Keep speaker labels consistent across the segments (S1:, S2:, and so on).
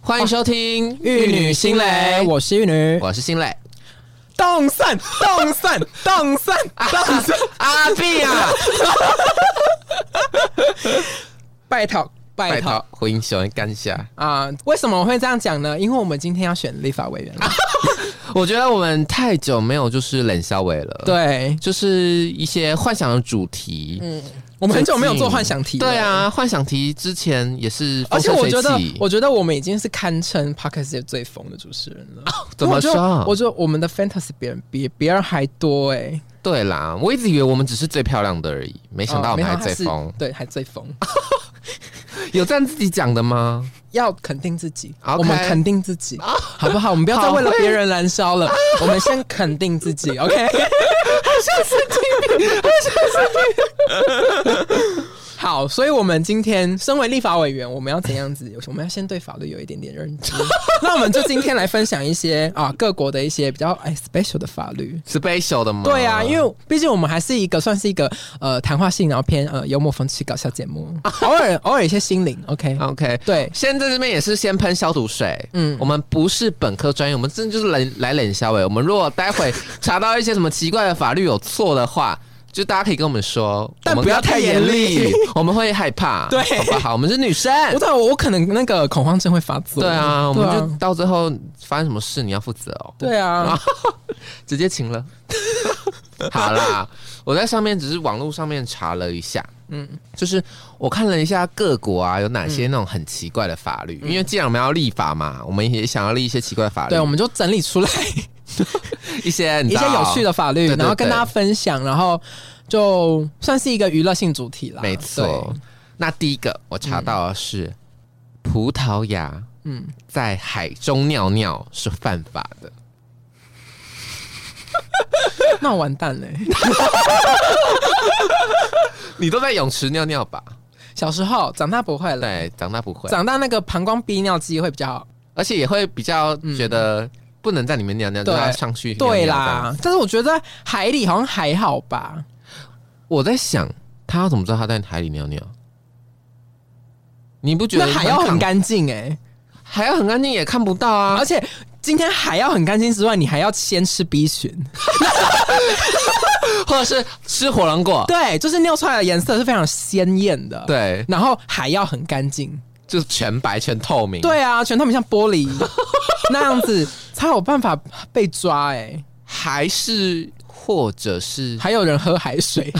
S1: 欢迎收听《哦玉女心蕾》，
S2: 我是玉女，
S1: 我是心蕾。
S2: 动散，动散，动散，动散，
S1: 阿碧啊，
S2: 拜托，
S1: 拜
S2: 拜
S1: 托
S2: 托，
S1: 胡英雄干下。
S2: 啊！为什么我会这样讲呢？因为我们今天要选立法委员
S1: 啊
S2: 了。
S1: 我觉得我们太久没有就是冷笑伟了，，
S2: 对，
S1: 就是一些幻想的主题。
S2: 嗯，我们很久没有做幻想题了。
S1: 对。啊，幻想题之前也是风
S2: 而且
S1: 生
S2: 我
S1: 水起，
S2: 觉得，我觉得我们已经是堪称 p o d c a s t 界最疯的主持人了。
S1: 哦怎么
S2: 我觉得
S1: 说？
S2: 我觉得我们的 fantasy 别人比别人还多哎、欸，
S1: 对啦，我一直以为我们只是最漂亮的而已，没想到我们
S2: 呃
S1: 还
S2: 没 想
S1: 最
S2: 到他
S1: 疯
S2: 是。对，还最疯。
S1: 有这样自己讲的吗？
S2: 要肯定自己
S1: OK
S2: 我们肯定自己，好不好？我们不要再为了别人燃烧了，我们先肯定自己，OK？好像神经病，好像神经病。 好，所以我们今天身为立法委员，我们要怎样子？我们要先对法律有一点点认知。那我们就今天来分享一些啊，各国的一些比较哎 special 的法律。
S1: 是 special 的吗？
S2: 对啊，因为毕竟我们还是一个算是一个呃谈话性，然后偏呃幽默风趣搞笑节目，偶尔偶尔一些心灵，OK？
S1: OK，
S2: 对，
S1: 先在这边也是先喷消毒水。嗯
S2: 嗯，
S1: 我们不是本科专业，我们真的就是来来冷消委。我们如果待会查到一些什么奇怪的法律有错的话，就大家可以跟我们说，
S2: 但
S1: 我们
S2: 不要
S1: 刚刚
S2: 太严厉，
S1: 我们会害怕，
S2: 对
S1: 好不好？我们是女生。
S2: 我懂，我可能那个恐慌症会发作。
S1: 对啊，我们
S2: 对啊
S1: 就到最后发生什么事你要负责哦，
S2: 对啊，
S1: 直接 请了。好啦，我在上面只是网络上面查了一下，
S2: 嗯，
S1: 就是我看了一下各国啊有哪些那种很奇怪的法律，因为既然我们要立法嘛，我们也想要立一些奇怪的法律，
S2: 嗯对，啊我们就整理出来
S1: 一些
S2: 一些有趣
S1: 的，
S2: 的法律
S1: 对对，对
S2: 然后跟大家分享，然后就算是一个娱乐性主题啦。
S1: 没错。那第一个我查到的是、葡萄牙
S2: 对，嗯，
S1: 在海中尿尿是犯法的，
S2: 那我完蛋嘞。
S1: 你都在泳池尿尿吧？
S2: 小时候，长大不会了。
S1: 对，长大不会，
S2: 长大那个膀胱逼尿机会比较好。
S1: 而且也会比较觉得不能在里面尿尿，就
S2: 嗯对
S1: 要上去尿尿
S2: 对
S1: 这样
S2: 啦，但是我觉得海里好像还好吧。
S1: 我在想，他要怎么知道他在海里尿尿？你不觉
S2: 那
S1: 得
S2: 海要很
S1: 蛮抗，
S2: 干净哎，
S1: 海要很干净也看不到啊
S2: 而！且今天海要很干净之外，你还要先吃 B 群。
S1: 或者是吃火龙果，
S2: 对，就是尿出来的颜色是非常鲜艳的。。
S1: 啊 对，
S2: 然后海要很干净。
S1: 就是全白全透明。，
S2: 对啊，全他们像 玻璃那样子，才有办法被抓、欸。
S1: 还是或者 是
S2: 还有人喝海 水，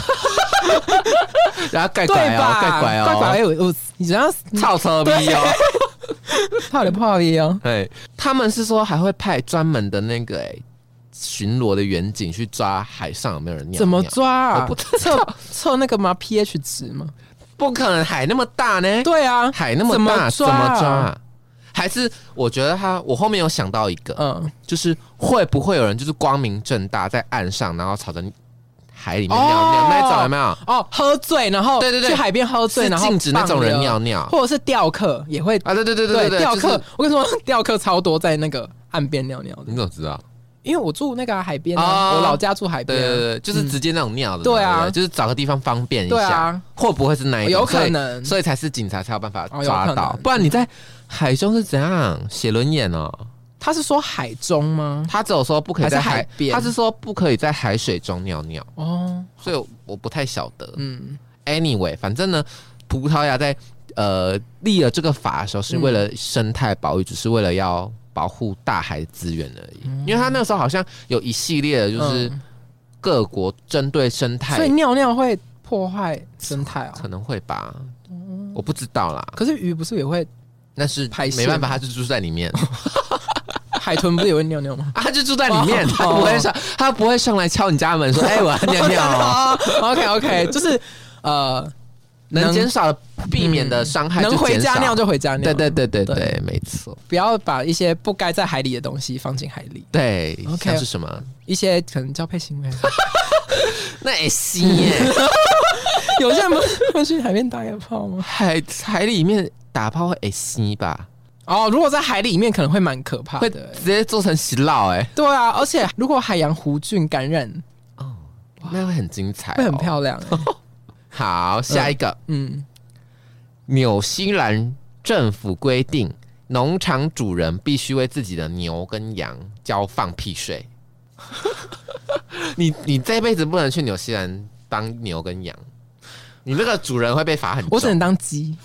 S1: 然后盖
S2: 对
S1: 拐哦，
S2: 吧？
S1: 盖拐
S2: 怪怪
S1: 哦，
S2: 哎我我你知道
S1: 操车逼哦。
S2: 泡的泡一 哦。
S1: 对，他们是说还会派专门的那个哎、巡逻的远警去抓海上有没有人尿尿
S2: 怎么抓啊？
S1: 我不
S2: 测测那个吗？pH 值吗？
S1: 不可能海那么大呢？
S2: 对啊，
S1: 海那么大，
S2: 怎
S1: 怎
S2: 么抓
S1: 么抓啊？还是我觉得他，我后面有想到一个，
S2: 嗯，
S1: 就是会不会有人就是光明正大在岸上，然后朝着海里面
S2: 哦
S1: 尿尿、那种有没啊有？
S2: 哦，喝醉然后
S1: 对对对
S2: 去海边喝醉，
S1: 是
S2: 然后
S1: 禁止那种人
S2: 放
S1: 尿
S2: 流，
S1: 尿
S2: 或者是钓客也会。
S1: 啊？对对对对对，
S2: 钓
S1: 就是
S2: 客，我跟你说， 钓客超多在那个岸边尿尿的
S1: 你，怎么知道？
S2: 因为我住那个啊海边
S1: 哦
S2: 啊，我老家住海
S1: 对
S2: 边啊，
S1: 对对，对就是直接那种尿的，
S2: 嗯对啊
S1: 不就是找个地方方便一
S2: 对
S1: 下，
S2: 啊
S1: 会不会是那一种？
S2: 有可能
S1: 所以，所以才是警察才有办法
S2: 哦有
S1: 抓
S2: 可
S1: 到，
S2: 能
S1: 不然你在海中是怎样写轮眼哦？
S2: 他是说海中吗？
S1: 他只有说不可以在
S2: 还是海边
S1: 他是说不可以在海水中尿尿，
S2: 哦，
S1: 所以我我不太晓得。
S2: 嗯，
S1: Anyway，反正呢，葡萄牙在呃立了这个法的时候，是为了生态保育，只是为了要保护大海资源而已。因为他那个时候好像有一系列的，就是
S2: 嗯
S1: 各国针对生态，
S2: 所以尿尿会破坏生态啊。
S1: 可能会吧，我不知道啦。
S2: 可是鱼不是也会，
S1: 但是
S2: 排泄
S1: 没办法，他就住在里面，？
S2: 嗯海豚不是也会尿尿吗
S1: 啊他就住在里面，
S2: 哦
S1: 他不会上，他不会上来敲你家门 说：“哎，我要尿尿哦。
S2: OK OK，就是呃，”
S1: 能
S2: 能
S1: 减少的避免的伤害，
S2: 能回家尿。就回家尿，
S1: 对对对对
S2: 对
S1: 对，没错，
S2: 不要把一些不该在海里的东西放进海里，
S1: 对
S2: OK
S1: 像是什么？
S2: 一些可能交配行 为。
S1: 那也行耶，
S2: 有些人不是会去海边打野炮吗？
S1: 海海里面打炮会 C 吧，
S2: 哦，如果在海里面可能会蛮可怕
S1: 会
S2: 的。
S1: 直接做成洗脑哎、
S2: 对啊，而且如果海洋弧菌感染，
S1: 那会很精彩、哦
S2: 会很。漂亮嗯欸、
S1: 好，下一个，
S2: 嗯，
S1: 纽西兰政府规定农场主人必须为自己的牛跟羊交放屁税。 你你这辈子不能去纽西兰当牛跟羊，你那个主人会被罚很重。
S2: 我只能当 鸡，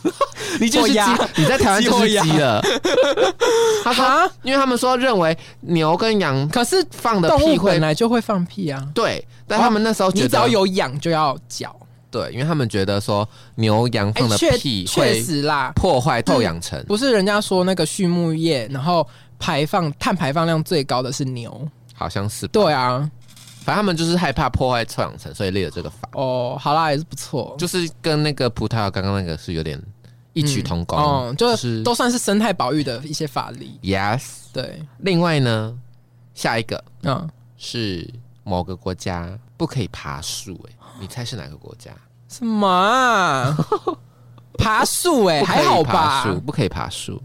S1: 你就是鸡
S2: 或鸭，
S1: 你在台湾就是
S2: 鸡或
S1: 鸡了。他说
S2: 啊，
S1: 因为他们说认为牛跟羊
S2: 可是
S1: 放的
S2: 动
S1: 屁
S2: 物本
S1: 会
S2: 来就会放屁啊。
S1: 对，但他们那时候觉
S2: 你只要
S1: 得
S2: 有养就要缴，
S1: 对，因为他们觉得说牛羊
S2: 哎
S1: 放，的
S2: 确
S1: 屁
S2: 确
S1: 会
S2: 实嗯啦，
S1: 破坏臭氧层。
S2: 不是人家说那个畜牧业，然后排放碳排放量最高的是牛。
S1: 好像是吧，
S2: 对啊，
S1: 反正他们就是害怕破坏臭氧层，所以立了这个法，
S2: 哦，好啦，也是不错，
S1: 就是跟那个葡萄牙刚刚那个是有点异曲同工，
S2: 嗯，就
S1: 就是
S2: 是都算是生态保育的一些法律。
S1: yes。
S2: 对，
S1: 另外呢，下一个
S2: 嗯，
S1: 是某个国家不可以爬树，哎，你猜是哪个国家？
S2: 什么 啊？爬树哎、
S1: 不可以
S2: 还好
S1: 爬
S2: 吧？
S1: 树不可以爬树，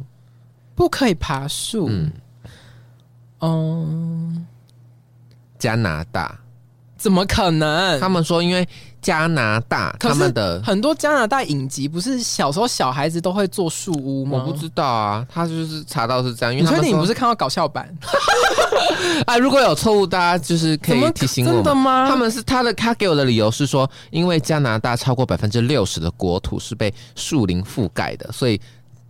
S2: 不可以爬树。
S1: 嗯
S2: 嗯，
S1: 加拿大，
S2: 怎么可能？
S1: 他们说因为加拿大
S2: 嗯可
S1: 他
S2: 是
S1: 们的。
S2: 很多加拿大影集不是小时候小孩子都会做树屋吗？
S1: 我不知道啊，他就是查到是这样，因
S2: 你
S1: 为他
S2: 确
S1: 们
S2: 定你
S1: 说
S2: 不是看到搞笑版？
S1: 啊，如果有错误，大家就是可
S2: 怎
S1: 以
S2: 么
S1: 提醒我
S2: 真的
S1: 们。
S2: 吗？
S1: 他们是他的，他给我的理由是说，因为加拿大超过百分之六十的国土是被树林覆盖的，所以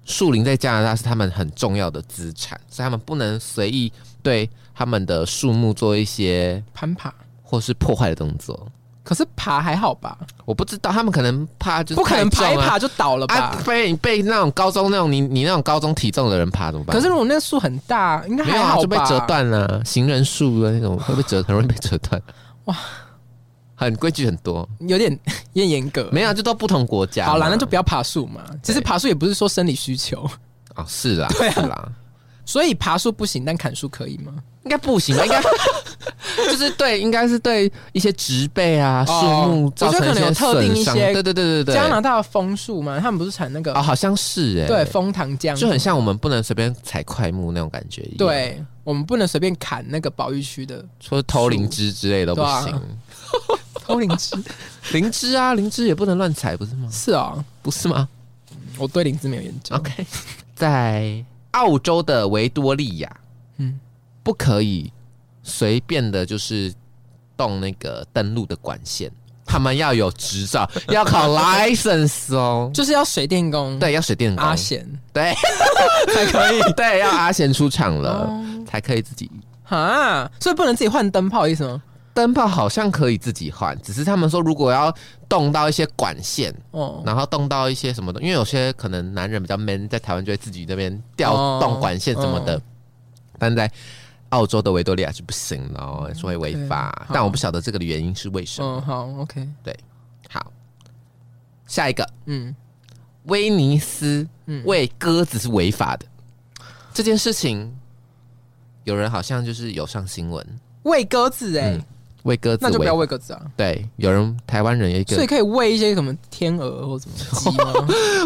S1: 树林在加拿大是他们很重要的资产，所以他们不能随意对他们的树木做一些
S2: 攀爬，
S1: 或是破坏的动作。
S2: 可是爬还好吧？
S1: 我不知道他们可能怕就是
S2: 不可能
S1: 太重
S2: 爬一
S1: 啊
S2: 爬就倒了吧？
S1: 啊，被被那种高中那种你你那种高中体重的人爬怎么办？
S2: 可是如果那树很大，应该
S1: 没有
S2: 还
S1: 啊，
S2: 好吧？
S1: 就被折断了、行人树的那种会被折，很容易被折断。哇，很规矩很多，
S2: 有点有点严格。
S1: 没有啊、就都不同国家嘛。
S2: 好啦，那就不要爬树嘛。其实爬树也不是说生理需求，
S1: 哦，是啦，
S2: 啊
S1: 是啦，
S2: 所以爬树不行，但砍树可以吗？
S1: 应该不行啊吧？应 该就是对，应该是对一些植被啊、树
S2: 哦
S1: 木
S2: 我
S1: 造
S2: 觉得
S1: 成
S2: 可能
S1: 些
S2: 有特定
S1: 损
S2: 一
S1: 伤。
S2: 些
S1: 对对对对对，
S2: 加拿大的枫树嘛，他们不是产那个、
S1: 哦，好像是哎，
S2: 对枫糖浆，
S1: 就很啊像我们不能随便采块木那种感觉一样，
S2: 对。我们不能随便砍那个保育区的
S1: 说偷灵芝之类都不
S2: 对啊
S1: 行，
S2: 偷灵 芝，
S1: 灵芝啊，灵芝也不能乱采，不是吗？
S2: 是哦，
S1: 不是吗？
S2: 我对灵芝没有研究。
S1: OK，在澳洲的维多利亚，嗯
S2: 嗯，
S1: 不可以随便的，就是动那个登陆的管线，他们要有执照， 要考 license 哦。
S2: 就是要水电工，，
S1: 对，要水电工，
S2: 嗯阿贤
S1: 对
S2: 才可 以
S1: 对，要阿贤出场了，
S2: 哦
S1: 才可以自己
S2: 啊，所以不能自己换灯泡，意思吗？
S1: 灯泡，好像可以自己换，只是他们说如果要动到一些管线，
S2: 哦，
S1: 然后动到一些什么的，因为有些可能男人比较 man，在台湾就会自己那边调
S2: 哦
S1: 动管线什么的，
S2: 嗯
S1: 但在澳洲的维多利亚是不行的哦，是会违法。
S2: 嗯 OK，好
S1: 但我不晓得这个的原因是为什么。
S2: 嗯，好，OK，
S1: 好，下一个，
S2: 嗯
S1: 威尼斯
S2: 嗯，
S1: 喂鸽子是违法的、这件事情，有人好像就是有上新闻，
S2: 喂鸽子哎、
S1: 嗯喂鸽子
S2: 那就不
S1: 违
S2: 要喂鸽子啊。
S1: 对，有人台湾人有一
S2: 所以
S1: 个
S2: 可以喂一些什么天鹅或什么鸡 吗？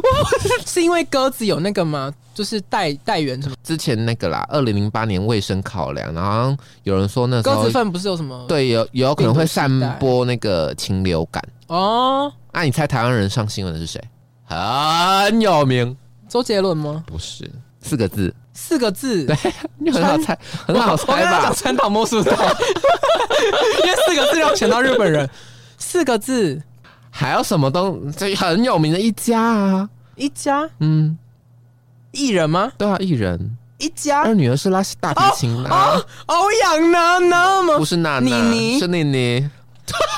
S2: 是因为鸽子有那个吗？就是代代源什么？
S1: 之前那个啦，二零零八年卫生考量，然后好像有人说那时
S2: 鸽
S1: 候
S2: 子粪不是有什么？
S1: 对，有有可能会散
S2: 嗯病毒时代
S1: 播那个禽流感。
S2: 哦，
S1: 那、你猜台湾人上新闻的是谁？很有名，
S2: 周杰伦吗？
S1: 不是四个 字，
S2: 四个字，
S1: 对你很好猜，很好
S2: 我
S1: 猜
S2: 跟他
S1: 吧
S2: 讲？川岛茉 树道，因为四个字让我想到日本人，四个字
S1: 还有什么东？这很有名的一家啊，
S2: 一家
S1: 嗯，
S2: 艺人吗？
S1: 对啊，艺人，
S2: 一家
S1: 二女儿是拉西大提琴啊，
S2: 啊哦，欧阳娜娜吗
S1: 不？是娜娜，
S2: 妮妮
S1: 是妮妮。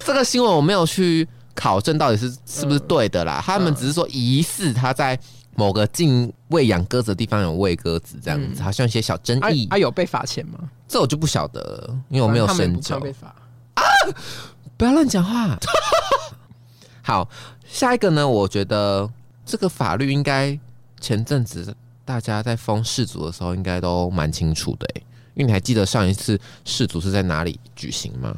S1: 这个新闻我没有去考证到底是是不是对的
S2: 嗯
S1: 啦，他们只是说疑似他在某个禁喂养鸽子的地方有喂鸽子这样子，好像有些小争
S2: 啊
S1: 议。
S2: 啊，有被罚钱吗？
S1: 这我就不晓得了，因为我没有
S2: 反正他们也
S1: 深究。
S2: 不怕被罚。
S1: 不要乱讲话。 好，下一个呢？我觉得这个法律应该前阵子大家在封氏族的时候，应该都蛮清楚的、欸。因为你还记得上一次氏族是在哪里举行吗？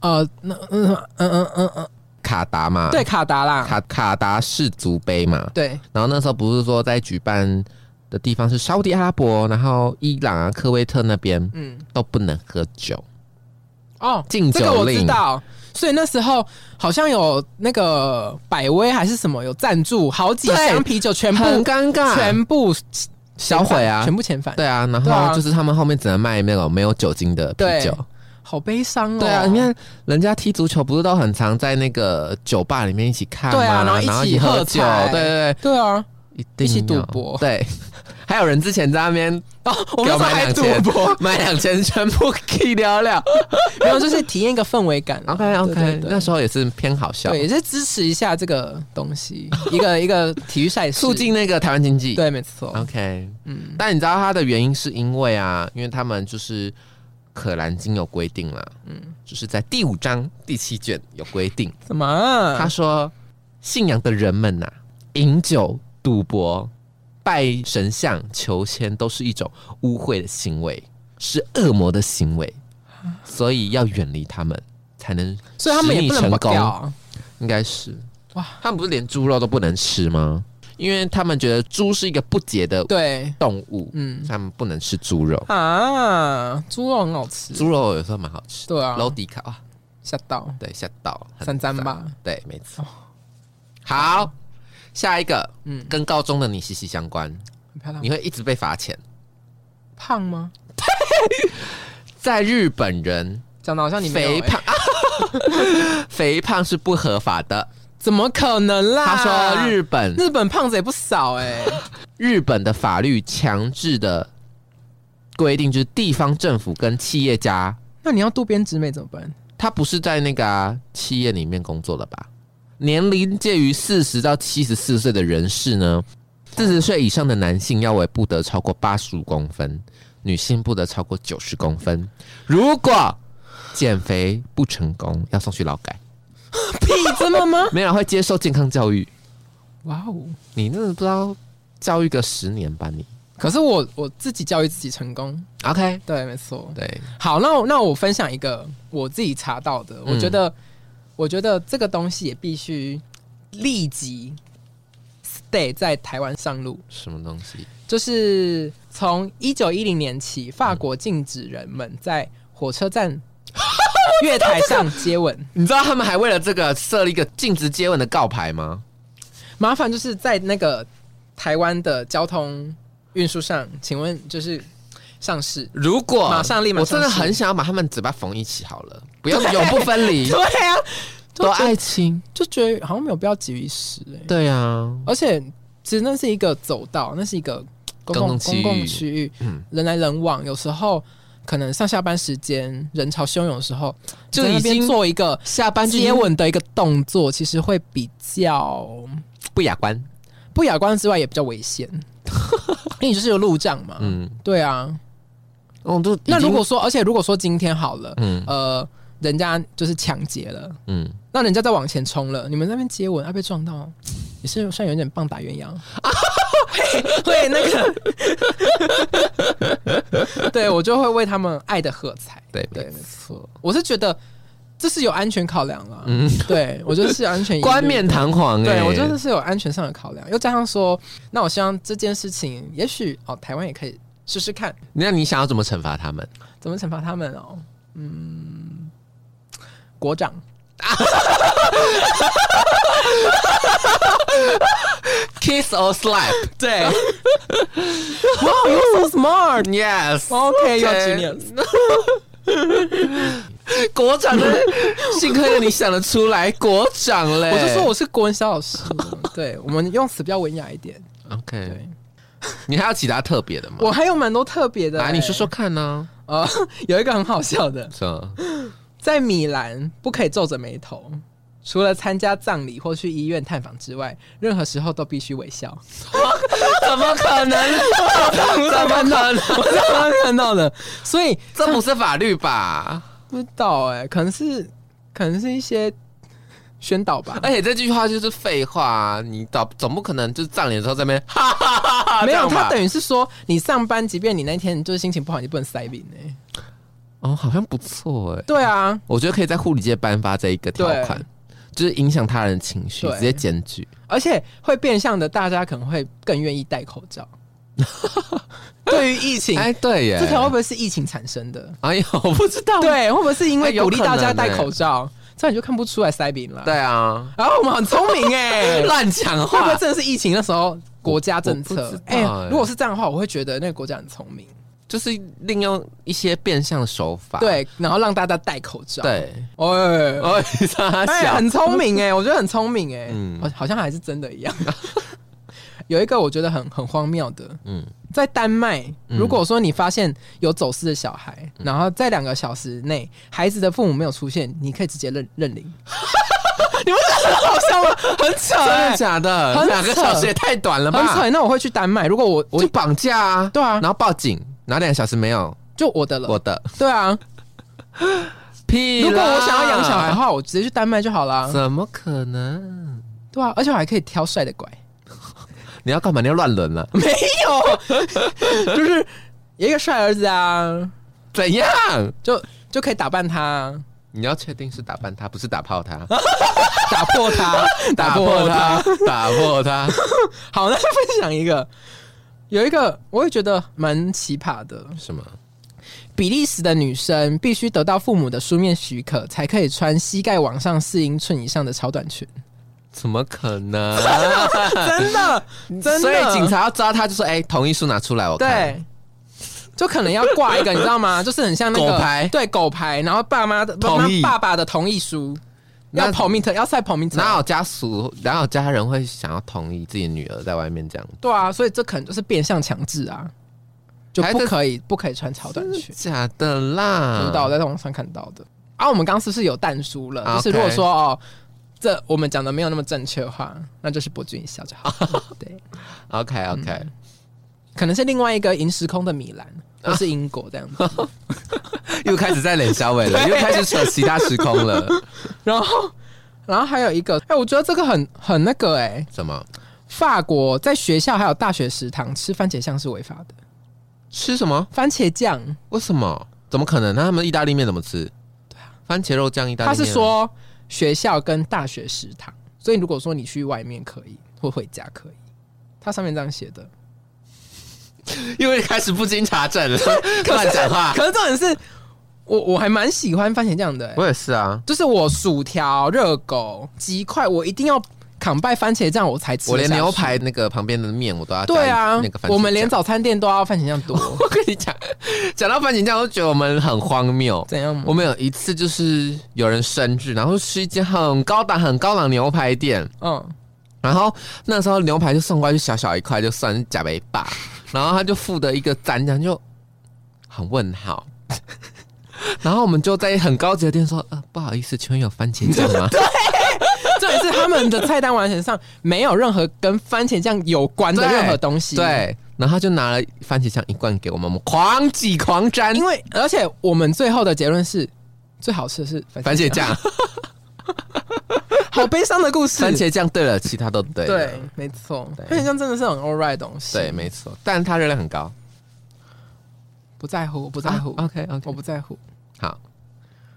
S2: 呃，那
S1: 啊
S2: 嗯嗯嗯嗯嗯，
S1: 卡达嘛，
S2: 对，，卡达啦，
S1: 卡卡达氏族杯嘛。
S2: 对，
S1: 然后那时候不是说在举办的地方是沙烏地阿拉伯，然后伊朗啊、科威特那边
S2: 嗯，
S1: 都不能喝酒。
S2: 哦，
S1: 禁
S2: 这个
S1: 酒
S2: 我
S1: 令
S2: 知道。所以那时候好像有那个百威还是什么有赞助好几
S1: 对
S2: 箱啤酒，全部
S1: 很尴尬，
S2: 全部
S1: 销毁啊
S2: 全部遣返，
S1: 对啊，然
S2: 对啊
S1: 后就是他们后面只能卖那种没有酒精的啤酒。
S2: 好悲伤哦。
S1: 对啊，你看人家踢足球不是都很常在那个酒吧里面一起看吗？
S2: 对啊然后一起
S1: 起
S2: 喝
S1: 喝酒，
S2: 彩
S1: 对对对，
S2: 对啊，
S1: 一定
S2: 一起
S1: 要
S2: 赌博
S1: 对。 还有人之前在那边
S2: 哦，我
S1: 给
S2: 们
S1: 我买
S2: 还
S1: 两
S2: 赌
S1: 千
S2: 博，
S1: 买两千，全部给聊 聊。
S2: 然后就是体验一个氛围感啊。
S1: OK
S2: 对
S1: OK，
S2: 对对
S1: 那时候也是偏好笑，
S2: 对，也是支持一下这个东西，一个一个体育赛事，
S1: 促进那个台湾经济。
S2: 对，没错，
S1: OK，
S2: 嗯，
S1: 但你知道它的原因是因为啊，因为他们就是可兰经有规定啦，嗯，就是在第五章第七卷有规定，
S2: 怎么啊？
S1: 他说信仰的人们呐、饮酒、赌博、拜神像、求签都是一种污秽的行为，是恶魔的行为，
S2: 啊
S1: 所以要远离他们，才能
S2: 所以他们也不能
S1: 使你成
S2: 不
S1: 功
S2: 掉啊。
S1: 应该是
S2: 哇
S1: 哇，他们不是连猪肉都不能吃吗？因为他们觉得猪是一个不洁的
S2: 对，
S1: 动物，
S2: 嗯
S1: 他们不能吃猪肉。
S2: 啊，猪肉很好吃，
S1: 猪肉有时候蛮好吃的，
S2: 对啊，
S1: 楼迪卡哇，
S2: 吓到
S1: 对，吓到很
S2: 三三
S1: 赞
S2: 吧，哦
S1: 对，没错。好，下一个，
S2: 嗯啊
S1: 嗯，跟高中的你息息相关，
S2: 很漂亮
S1: 你。会一直被罚钱。
S2: 胖吗？
S1: 在日本人，
S2: 讲的好像你没有
S1: 肥
S2: 欸，
S1: 胖、 肥胖是不合法的。
S2: 怎么可能啦？
S1: 他说
S2: 啊
S1: 日本
S2: 日本胖子也不少哎、
S1: 日本的法律强制的规定，就是地方政府跟企业家，
S2: 那你要渡边直美怎么办？
S1: 他不是在那个、啊、企业里面工作的吧？年龄介于四十到七十四岁的人士呢，四十岁以上的男性腰围不得超过八十五公分，女性不得超过九十公分。如果减肥不成功，要送去劳改，
S2: 屁，真的吗？
S1: 没有会接受健康教育。
S2: 哇哦！
S1: 你真的不知道教育个十年吧你
S2: 可是我我自己教育自己成功，
S1: ？OK，
S2: 对，没错。
S1: 对，
S2: 好，那我那我分享一个我自己查到的，我觉得、我觉得这个东西也必须立即 stay 在台湾上路，
S1: 什么东西？
S2: 就是从一九一零年起，法国禁止人们在火车站月台上接吻。
S1: 你知道他们还为了这个设立一个禁止接吻的告牌吗？
S2: 麻烦就是在那个台湾的交通运输上，请问就是上市？
S1: 如果
S2: 马上立马
S1: 我真的
S2: 上市
S1: 很想要把他们嘴巴缝一起好 了，不要永不分离
S2: 对，啊，
S1: 多
S2: 就觉
S1: 爱情。
S2: 就觉得好像没有必要急于时哎、
S1: 对啊，
S2: 而且其实那是一个走道，那是一个公
S1: 公共
S2: 共
S1: 区域
S2: 共区域，
S1: 嗯
S2: 人来人往，有时候可能上下班时间人潮汹涌的时候，
S1: 就
S2: 在那边
S1: 已经
S2: 做一个
S1: 下班
S2: 接吻的一个动作，其实会比较
S1: 不雅观。
S2: 不雅观之外，也比较 危险，因为你就是有路障嘛。
S1: 嗯，
S2: 对啊，
S1: 哦，就已经
S2: 那如果说，而且如果说今天好了，
S1: 嗯
S2: 呃，人家就是抢劫了，
S1: 嗯，
S2: 那人家再往前冲了，你们那边接吻，啊被撞到，也是算有点棒打鸳鸯， 会那个， 对我就会为他们爱的喝彩。
S1: 对
S2: 对，
S1: 对
S2: 没错，我是觉得这是有安全考量了，
S1: 嗯
S2: 对我觉得是有安全疑虑
S1: 冠冕。堂皇哎、
S2: 对，我觉得是有安全上的考量，又加上说，那我希望这件事情，也许哦，台湾也可以试试看，
S1: 那你想要怎么惩罚他们？
S2: 怎么惩罚他们哦？嗯，国长，
S1: Kiss or slap？
S2: 对，哇，you so smart。
S1: Yes，
S2: OK，有
S1: Okay
S2: 几年？
S1: 国长 的，幸亏有你想得出来，国长嘞。
S2: 我就说我是国文小老师，对我们用词比较文雅一点。
S1: 我 OK，
S2: 对
S1: 你还有其他特别的吗？
S2: 我还有蛮多特别的、
S1: 来，你说说。看啊呢、
S2: 呃，有一个很好笑的，
S1: 是啊？
S2: 在米兰不可以皱着眉头，除了参加葬礼或去医院探访之外，任何时候都必须微 笑。
S1: 怎么可能？ 怎么可能？
S2: 我在刚刚看到的，所以
S1: 这不是法律 吧？
S2: 不知道哎、可能是可能是一些宣导吧。
S1: 而且这句话就是废话、啊，你总总不可能就是葬礼的时候在那边哈哈哈哈，啊这
S2: 没有，
S1: 样吧
S2: 他等于是说，你上班，即便你那天就是心情不好，你不能塞饼哎、
S1: 哦，好像不错哎、
S2: 对啊，
S1: 我觉得可以在护理界颁发这一个条款
S2: 对，
S1: 就是影响他人情绪，
S2: 对
S1: 直接检举。
S2: 而且会变相的，大家可能会更愿意戴口罩。对于疫情，
S1: 哎， 对耶，
S2: 这条会不会是疫情产生的？
S1: 哎呦，我不知道。
S2: 对，会不会是因
S1: 哎
S2: 为
S1: 有
S2: 鼓励
S1: 可
S2: 大家
S1: 能
S2: 戴
S1: 欸
S2: 口罩，这样你就看不出来塞饼了？
S1: 对。啊，
S2: 然后我们很聪 明哎、
S1: 乱讲
S2: 会不
S1: 话
S2: 会。真的是疫情那时候国家政
S1: 我不
S2: 策哎
S1: 知？道欸
S2: 如果是这样的话，我会觉得那个国家很聪明，
S1: 就是利用一些变相手法。
S2: 对，然后让大家戴口罩，，
S1: 对，
S2: 哎、
S1: 哦，他
S2: 哎
S1: 小，
S2: 很聪明哎、我觉得很聪明哎、
S1: 嗯
S2: 好好像还是真的一 样。有一个我觉得很很荒谬的，
S1: 嗯，
S2: 在丹麦，
S1: 嗯
S2: 如果说你发现有走失的小孩，然后在两个小时内孩子的父母没有出现，你可以直接认认 领。你们觉得很好笑吗？很扯、
S1: 真的
S2: 欸，
S1: 假的？
S2: 很扯
S1: 两个小时也太短了吧？
S2: 很扯欸。那我会去丹麦，如果我我
S1: 就绑架啊，
S2: 对啊
S1: 然，后报警，然后两个小时没有
S2: 就我的了，
S1: 我的
S2: 对啊。
S1: 屁啦。
S2: 如果我想要养小孩的话，我直接去丹麦就好啦。
S1: 怎么可能？
S2: 对啊，而且我还可以挑帅的拐。
S1: 你要干嘛？你要乱伦啊 了？
S2: 没有，就是有一个帅儿子啊，
S1: 怎样？
S2: 就就可以打扮他啊，
S1: 你要确定是打扮他，不是打炮他，
S2: 打破他，啊打破他。，
S1: 打破他。
S2: 好，那就分享一个，有一个我也觉得蛮奇葩的，
S1: 什么？
S2: 比利时的女生必须得到父母的书面许可，才可以穿膝盖往上四英寸以上的超短裙。
S1: 怎么可能？
S2: 真的， 真的，
S1: 啊所以警察要抓他，就说：“哎、同意书拿出来，我看。
S2: 对，就可能要挂一个，你知 道吗？就是很像那个
S1: 狗牌
S2: 对狗牌，然后爸妈的
S1: 同意
S2: 爸妈爸爸的同意书，
S1: 那
S2: 要 permit，要晒 permit，
S1: 哪有家属，哪有家人会想要同意自己女儿在外面这样？
S2: 对啊，所以这可能就是变相强制啊，就
S1: 还
S2: 不
S1: 在
S2: 可以不可以穿超短裙。
S1: 假的啦，
S2: 不知道，我在网上看到的。啊，我们刚刚是不是有淡书了？
S1: 啊
S2: 就是
S1: OK
S2: 如果说哦，这我们讲的没有那么正确的话，那就是博君一笑就 好了。对，
S1: OK OK，、
S2: 嗯可能是另外一个银时空的 米兰，或是英国这样子。
S1: 又开始在冷小伟了，
S2: 对
S1: 又开始扯其他时空了。
S2: 然后，然后还有一个，哎、我觉得这个很很那个哎、
S1: 什么？
S2: 法国在学校还有大学食堂吃番茄酱是违法的，
S1: 吃什么？
S2: 番茄酱，
S1: 为什么？怎么可能？那他们意大利面怎么吃？对啊，番茄肉酱意大利
S2: 他
S1: 面。啊
S2: 是说学校跟大学食堂，所以如果说你去外面可以，或回家可以，它上面这样写的。
S1: 因为开始不经查证 了，乱讲话。
S2: 可是重点是我我还蛮喜欢番茄酱的、欸，
S1: 我也是啊，
S2: 就是我薯条、热狗、鸡块，我一定要扛拜番茄酱我才吃。
S1: 我连牛。排那个旁边的面我都要加一
S2: 对啊
S1: 那个，番茄
S2: 我们连
S1: 酱
S2: 早餐店都要番茄酱多，
S1: 我跟你讲，讲到番茄酱，我都觉得我们很荒谬。
S2: 怎样吗？
S1: 我们有一次就是有人生日，然后吃一间很高档、很高档牛排店，
S2: 嗯，
S1: 然后那时候牛排就送过来，就小小一块，就算是假杯霸， 然后他就附的一个蘸酱，就很问号。 然后我们就在很高级的店说，呃，不好意思，请问有番茄酱 吗？
S2: 重点是他们的菜单完全上没有任何跟番茄酱有关的
S1: 对
S2: 任何东西。，
S1: 对，然后他就拿了番茄酱一罐给我们，我们狂挤狂 沾
S2: 因为而且我们最后的结论是，最好吃的 是番
S1: 番
S2: 茄
S1: 茄
S2: 酱。
S1: 酱，
S2: 好悲伤的故事。
S1: 番茄酱对了，其他都对了。
S2: 对，没错，
S1: 对
S2: 番茄酱真的是很 all right 的东西。
S1: 对，没错，但它热量很高。啊
S2: 不在乎，我不在乎，
S1: OK OK，
S2: 我不在乎。
S1: 好，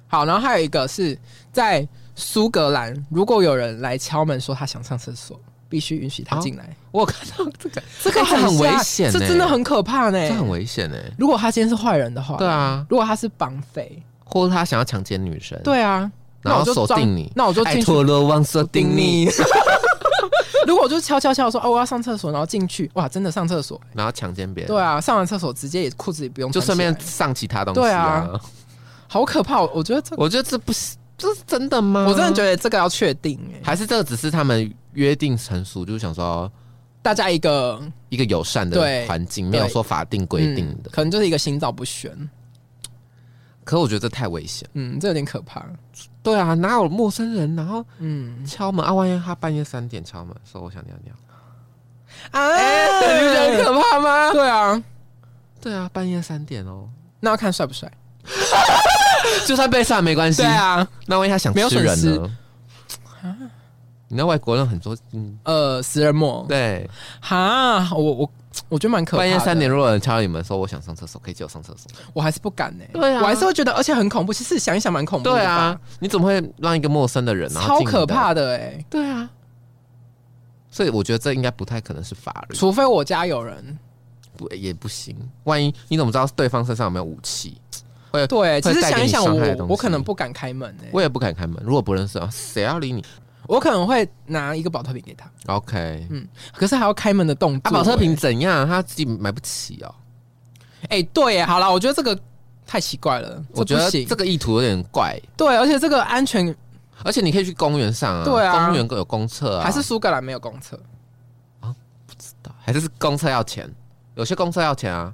S2: 好，然后还有一个是在苏格兰，如果有人来敲门说他想上厕所，必须允许他进来。
S1: 我有看到这 个，
S2: 这个
S1: 哦哎这很
S2: 吓
S1: 危险
S2: 这
S1: 欸
S2: 真的很可怕呢、
S1: 这很危险哎。
S2: 如果他今天是坏人的话，
S1: 对啊，
S2: 如果他是绑匪，
S1: 或者他想要强奸女生，，
S2: 对啊，
S1: 然
S2: 那我
S1: 后
S2: 就
S1: 锁
S2: 装
S1: 定你，
S2: 那我就
S1: 爱
S2: 进去
S1: 陀罗王锁定你，。
S2: 如果我就敲敲敲说哦我要上厕所，然后进去，哇，真的上厕所，
S1: 然后强奸别人，
S2: 对啊，上完厕所直接也裤子也不用
S1: 就
S2: 穿起
S1: 顺便
S2: 来，
S1: 上其他东西。
S2: 对啊，好可怕！我我觉得这个，
S1: 我觉得这不是这是真的吗？
S2: 我真的觉得这个要确定、欸，
S1: 还是这个只是他们约定成熟，就是想说
S2: 大家一个
S1: 一个友善的
S2: 对
S1: 环境，没有说法定规定
S2: 嗯
S1: 的。
S2: 可能就是一个心照不宣，
S1: 可我觉得这太危险。
S2: 嗯，这有点可怕，
S1: 对啊，哪有陌生人然后
S2: 嗯
S1: 敲门啊？万一他半夜三点敲门说我想尿尿，
S2: 啊，
S1: 哎你不觉得很
S2: 可怕吗？对啊，
S1: 对啊，半夜三点哦，
S2: 那要看帅不帅，
S1: 就算被杀没关系
S2: 对。啊，
S1: 那万一他想
S2: 没有
S1: 吃
S2: 损
S1: 人
S2: 失
S1: 呢？你知道外国人很多，嗯，
S2: 呃，食人魔，
S1: 对，
S2: 哈，我我我觉得蛮可怕，
S1: 半夜三点，如果有人敲你们说我想上厕所，可以借我上厕所。
S2: 我还是不敢呢、欸，
S1: 对啊
S2: 我还是会觉得，而且很恐怖，其实想一想蛮恐怖的，
S1: 对啊，，你怎么会让一个陌生的人然后
S2: 超
S1: 进你的
S2: 可怕的哎、
S1: 对啊，所以我觉得这应该不太可能是法律，
S2: 除非我家有人
S1: 不也不行。万一你怎么知道对方身上有没有武器？会
S2: 对，其
S1: 呃会
S2: 实
S1: 带给你
S2: 想一想
S1: 伤害的
S2: 我，
S1: 东
S2: 我可
S1: 西
S2: 能不敢开门欸
S1: 我也不敢开门。如果不认识，啊，谁要理你
S2: 我可能会拿一个保特瓶给他，
S1: ？OK，
S2: 嗯可是还要开门的动
S1: 啊，
S2: 作欸。
S1: 保特瓶怎样？他自己买不起哦。
S2: 哎、对耶，好啦，我觉得这个太奇怪了，
S1: 我觉得
S2: 这不行
S1: 这个意图有点怪，
S2: 对，而且这个安全、
S1: 而且你可以去公园上啊，
S2: 对啊
S1: 公园有公厕啊，
S2: 还是苏格兰没有公厕，
S1: 还是公厕要钱，有些公厕要钱啊，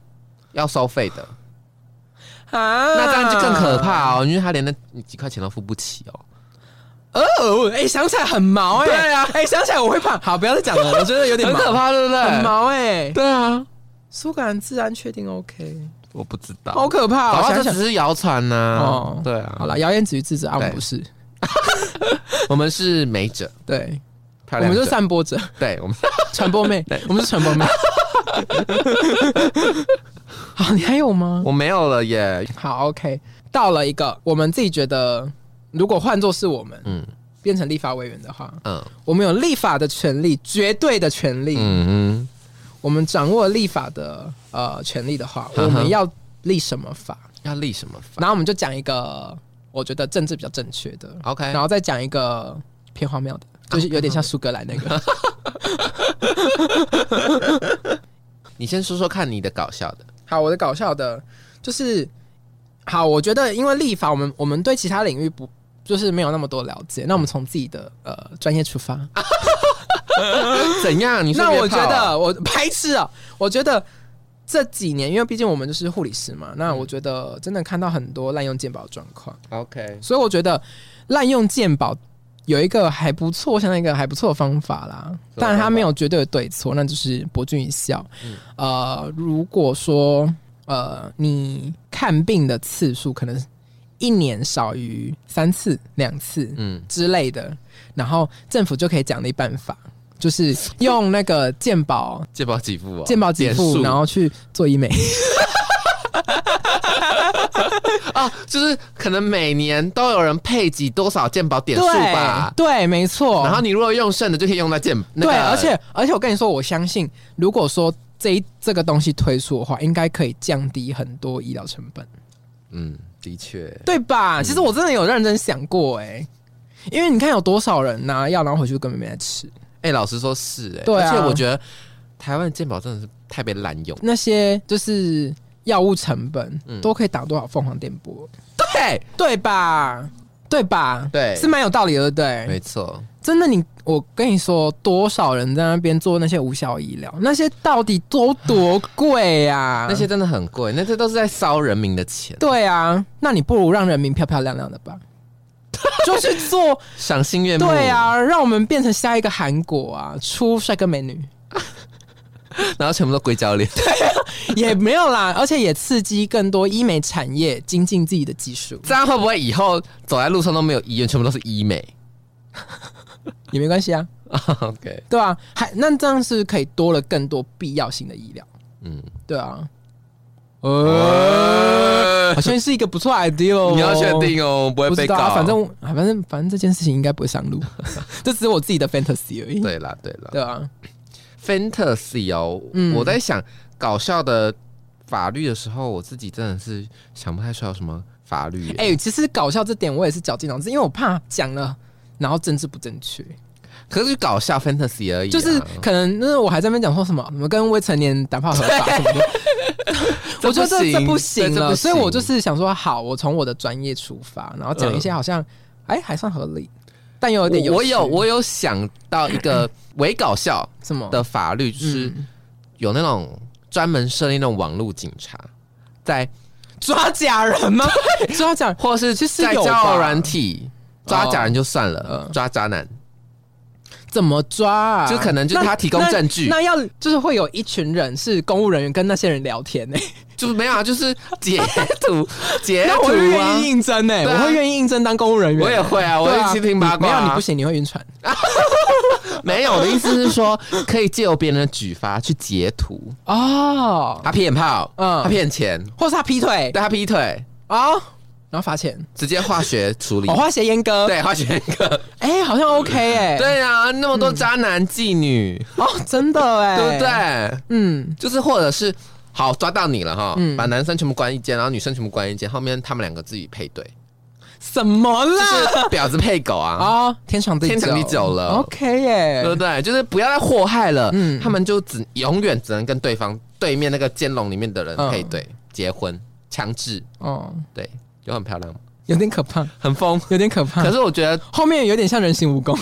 S1: 要收费的，
S2: 啊，
S1: 那这样就更可。怕哦，因为他连那几块钱都付不起哦。
S2: 哦，哎、想起来很毛哎、
S1: 对
S2: 啊，哎、想起来我会怕。好，不要再讲了，我觉得有点
S1: 很
S2: 毛
S1: 可，怕，对不
S2: 很
S1: 对？
S2: 毛哎、
S1: 对啊，
S2: 苏格兰治安确定 OK，
S1: 我不知道，
S2: 好可怕、
S1: 搞
S2: 哦，
S1: 不好
S2: 想
S1: 这
S2: 想
S1: 只是谣传
S2: 哦
S1: 呐。对啊，
S2: 好了，，谣言止于智者，啊，我们
S1: 对
S2: 不是，
S1: 我们是美者，
S2: 对，
S1: 漂
S2: 我
S1: 亮
S2: 们
S1: 者，
S2: 就散 播者、
S1: 对，我们
S2: 传播妹，我们是传播 妹。好，你还有吗？
S1: 我没有了耶。
S2: 好，OK，到了一个我们自己觉得，如果换作是我们
S1: 嗯
S2: 变成立法委员的话，
S1: 嗯
S2: 我们有立法的权利，绝对的权利。
S1: 嗯
S2: 我们掌握立法的呃权利的话，
S1: 呵呵
S2: 我们要立什么法？
S1: 嗯，要立什么法
S2: 然后我们就讲一个我觉得政治比较正确的，
S1: ？OK，
S2: 然后再讲一个偏荒谬的，就是有点像苏格兰那个。
S1: 你先说说看你的搞笑的。
S2: 好，我的搞笑的，就是好，我觉得因为立法，我们我们对其他领域不就是没有那么多了解，那我们从自己的呃专业出发。
S1: 怎样？你是
S2: 那
S1: 约
S2: 我觉
S1: 炮啊
S2: 得我白痴啊！我觉得这几年，因为毕竟我们就是护理师嘛，那
S1: 嗯
S2: 我觉得真的看到很多滥用健保的状况，
S1: OK，
S2: 所以我觉得滥用健保有一个还不错，像那个还不错的方法啦，
S1: 什么
S2: 但它
S1: 方法嗯
S2: 没有绝对的对错，那就是博君一笑。呃，如果说呃你看病的次数可能一年少于三次、两次，
S1: 嗯，
S2: 之类的，然后政府就可以奖励办法，就是用那个健保
S1: 健保给付哦，
S2: 健保给
S1: 点
S2: 付，
S1: 数
S2: 然后去做医美。
S1: 啊，就是可能每年都有人配给多少健保点数吧
S2: 对，对，没错。
S1: 然后你如果用剩的就可以用到健，那个
S2: 对，而且而且我跟你说，我相信如果说这一这个东西推出的话，应该可以降低很多医疗成本，
S1: 嗯，的确，
S2: 对吧？其实我真的有认真想过、哎。因为你看有多少人拿、药，然后回去根本没在吃。
S1: 哎，老实说是哎，
S2: 对
S1: 而
S2: 啊
S1: 且我觉得台湾健保真的是太被滥用，
S2: 那些就是药物成本、
S1: 嗯
S2: 都可以打多少凤凰电波，
S1: 对，
S2: 对吧？对吧？
S1: 对
S2: 是蛮有道理的，对不
S1: 哎没
S2: 对？
S1: 错，
S2: 真的你，我跟你说，多少人在那边做那些无效医疗，那些到底多多贵呀、
S1: 那些真的很贵，那些都是在烧人民的钱，
S2: 啊对啊，那你不如让人民漂漂亮亮 的吧，就去做。
S1: 赏心悦目，
S2: 对，啊，让我们变成下一个韩国啊，出帅哥美 女
S1: 然后全部都归教练，
S2: 也没有啦，而且也刺激更多医美产业精进自己的技术，
S1: 这样会不会以后走在路上都没有医院，全部都是医美
S2: 也没关系啊，
S1: ？OK，
S2: 对啊，还那这样是可以多了更多必要性的医疗，
S1: 嗯，
S2: 对啊。呃，好像是一个不错 idea 哦。
S1: 你要确定哦，不会
S2: 不
S1: 被
S2: 知
S1: 告
S2: 道，啊，反正啊反正反正这件事情应该不会 上路，这只是我自己的 fantasy 而已。
S1: 对啦，对啦。
S2: 对啊，
S1: fantasy 哦，
S2: 嗯
S1: 我在想搞笑的法律的时候，我自己真的是想不太出来有什么法律耶。
S2: 哎、其实搞笑这点我也是绞尽脑汁，因为我怕讲了。然后政治不正确，
S1: 哎可是搞笑 fantasy 而已啊、
S2: 就是可能那我还在那边讲说什么什么跟未成年打炮合法 什么的，我觉得这这不行了，所以我就。是想说，好，我从我的专业出发，然后讲一些好像哎、还算合理，但又有
S1: 对
S2: 点
S1: 这不行嗯我我
S2: 趣
S1: 有我有想到一个伪搞笑
S2: 什么
S1: 的法律，就是
S2: 嗯
S1: 有那种专门设立那种网络警察，在
S2: 抓假人吗？ 抓假人
S1: 或是
S2: 其实
S1: 在
S2: 有
S1: 交
S2: 吧
S1: 友软体抓假人就算了
S2: 嗯，
S1: 抓渣男
S2: 怎么抓、啊？
S1: 就可能就是
S2: 那
S1: 他提供证据
S2: 那那要就是会有一群人是公务人员跟那些人聊天 呢、
S1: 就是没有啊，就是截图截
S2: 那我会
S1: 图啊
S2: 愿意。应征呢、
S1: 对啊
S2: 我会愿意应征当公务人员、
S1: 我也会啊，我
S2: 对啊
S1: 会七听八卦、
S2: 你
S1: 啊
S2: 没有你不行，你会晕船。
S1: 没有，我的意思是说，可以借由别人的举发去截图，
S2: 哦，
S1: 他骗炮，
S2: 嗯
S1: 他骗钱，
S2: 或是他劈腿
S1: 对他劈腿，
S2: 啊、哦然后罚钱。
S1: 直接化学处理
S2: 我、哦、，花鞋阉 割，，
S1: 对化学一 个，
S2: 哎、好像 OK 哎、
S1: 对啊，那么多渣男妓女，嗯
S2: 哦，真的哎、
S1: 对不？对？ 啊
S2: 嗯，
S1: 就是或者是好抓到你了哈，
S2: 嗯
S1: 把男生全部关一间，然后女生全部关一间，后面他们两个自己配 对，
S2: 什么
S1: 就
S2: 啦？
S1: 是婊子配狗啊，
S2: 哦，天长地久，
S1: 天长地久了
S2: OK 耶
S1: 对不，对？就是不要再祸害了，
S2: 嗯
S1: 他们就只永远只能跟对方对面那个监笼里面的人配对、结婚，强制
S2: 哦，
S1: 对，就很漂亮，
S2: 有点可怕，
S1: 很 疯。
S2: 有点可怕。
S1: 可是我觉得
S2: 后面有点像人形蜈蚣，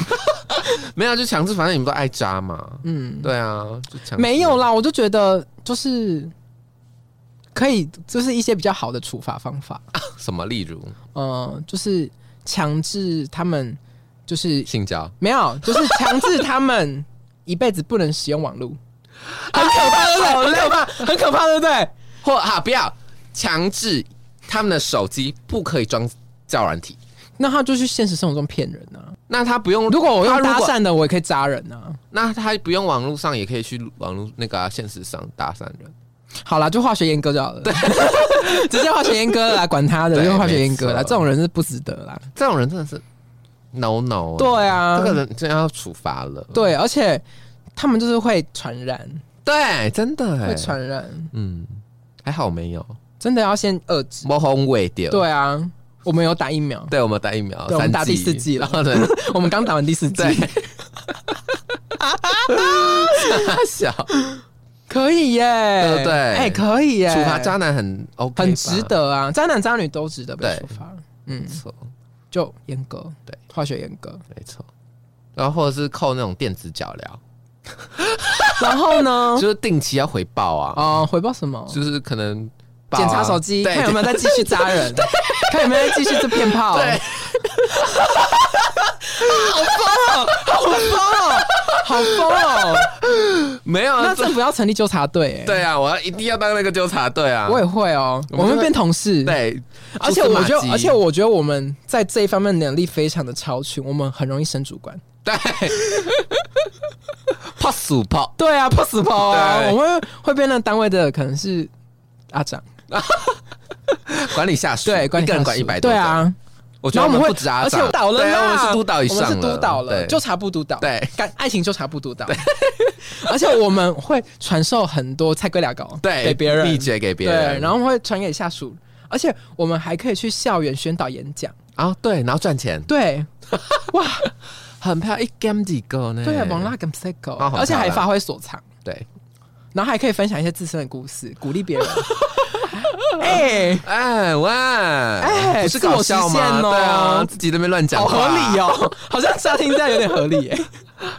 S1: 没有，就强制，反正你们都爱渣嘛。
S2: 嗯，
S1: 对啊，就强制
S2: 没有啦，我就觉得就是可以，就是一些比较好的处罚方 法，
S1: 什么，例如
S2: 嗯，就是强制他们，就是
S1: 性交，
S2: 没有，就是强制他们一辈子不能使用网 络，
S1: 很可怕，对不
S2: 很可怕，很可怕，对不对？
S1: 或啊，不要强制他们的手机不可以装叫软体。
S2: 那他就去现实生活中骗人啊！
S1: 那他不用，
S2: 如果我
S1: 他
S2: 用搭
S1: 果
S2: 讪的，我也可以扎人啊。
S1: 那他不用网络上也可以去网络那个啊、现实上搭讪人。
S2: 好啦，就化学阉割就好了。对， 直接化学阉割了啦，管 他的，
S1: 对
S2: 就化学阉割啦。
S1: 没错
S2: 这种人是不值得啦。
S1: 这种人真的是 no no 欸、
S2: 对啊
S1: 这个人真的要处罚了。
S2: 对，而且他们就是会传染，
S1: 对，真的哎、
S2: 会传染，
S1: 嗯，还好没有，
S2: 真的要先遏制。
S1: 摸红尾掉。，
S2: 对啊，我们有打疫苗，
S1: 对我们打疫苗，
S2: 对我们
S1: 三
S2: 打第四剂了
S1: 对，
S2: 我们刚打完第四剂，
S1: 对大小
S2: 可以耶，
S1: 呃对不对
S2: 哎，可以耶，
S1: 处罚渣男很 OK，
S2: 很
S1: 吧
S2: 值，得啊，渣男渣女都值得被
S1: 对
S2: 处罚。嗯
S1: 没，错，
S2: 就阉割，
S1: 对，
S2: 化学阉割。
S1: 没错。然后或者是扣那种电子脚镣，
S2: 然后 呢？
S1: 就是定期要回报啊，
S2: 哦，回报什么？
S1: 就是可能报啊、
S2: 检查手机，
S1: 对，
S2: 看有没有在继续扎 人，看有没有在继续这骗炮。
S1: 对，
S2: 好疯哦！
S1: 没有 啊
S2: 那，政府要成立纠察队、欸，
S1: 对啊，我要一定要当那个纠察队啊，
S2: 我也会哦、
S1: 我
S2: 我
S1: 们
S2: 们变同事，，
S1: 对，
S2: 而且
S1: 蛛丝
S2: 我
S1: 马
S2: 觉得，
S1: 迹
S2: 而且我觉得我们在这一方面能力非常的超群，我们很容易升主管。
S1: 对，怕死怕
S2: 对啊，怕死跑啊，
S1: 对
S2: 我们会变成单位的可能是阿长，
S1: 管理下属，
S2: 对，管理
S1: 一个人
S2: 下
S1: 管
S2: 属
S1: 一百多，
S2: 对，啊，
S1: 我觉得
S2: 然后
S1: 我
S2: 们
S1: 们
S2: 会，
S1: 不止啊，
S2: 而且
S1: 长
S2: 倒了
S1: 对啊，
S2: 啦，
S1: 我们是督导以上
S2: 我
S1: 了，
S2: 们是督导了，
S1: 对
S2: 纠察部督导，
S1: 对
S2: 感爱情纠察部督导， 而且我们会传授很多菜龟俩稿
S1: 对
S2: 给别人，
S1: 秘诀给别
S2: 对，
S1: 人，
S2: 然后会传给下属，而且我们还可以去校园宣导演讲。
S1: 啊对，然后赚钱，
S2: 对，哇，
S1: 很漂亮，一 game 几个呢？
S2: 对啊，网拉跟 s i c o
S1: 啊好
S2: 而且还
S1: 漂亮
S2: 发挥所长，
S1: 对，
S2: 然后还可以分享一些自身的故事，鼓励 别人。哎，
S1: 哎哇，
S2: 哎
S1: 不是搞笑
S2: 自我实
S1: 吗？
S2: 现哦
S1: 对啊，自己在那边乱讲
S2: 好
S1: 话，
S2: 合理哦， 好像乍听这样有点合理耶。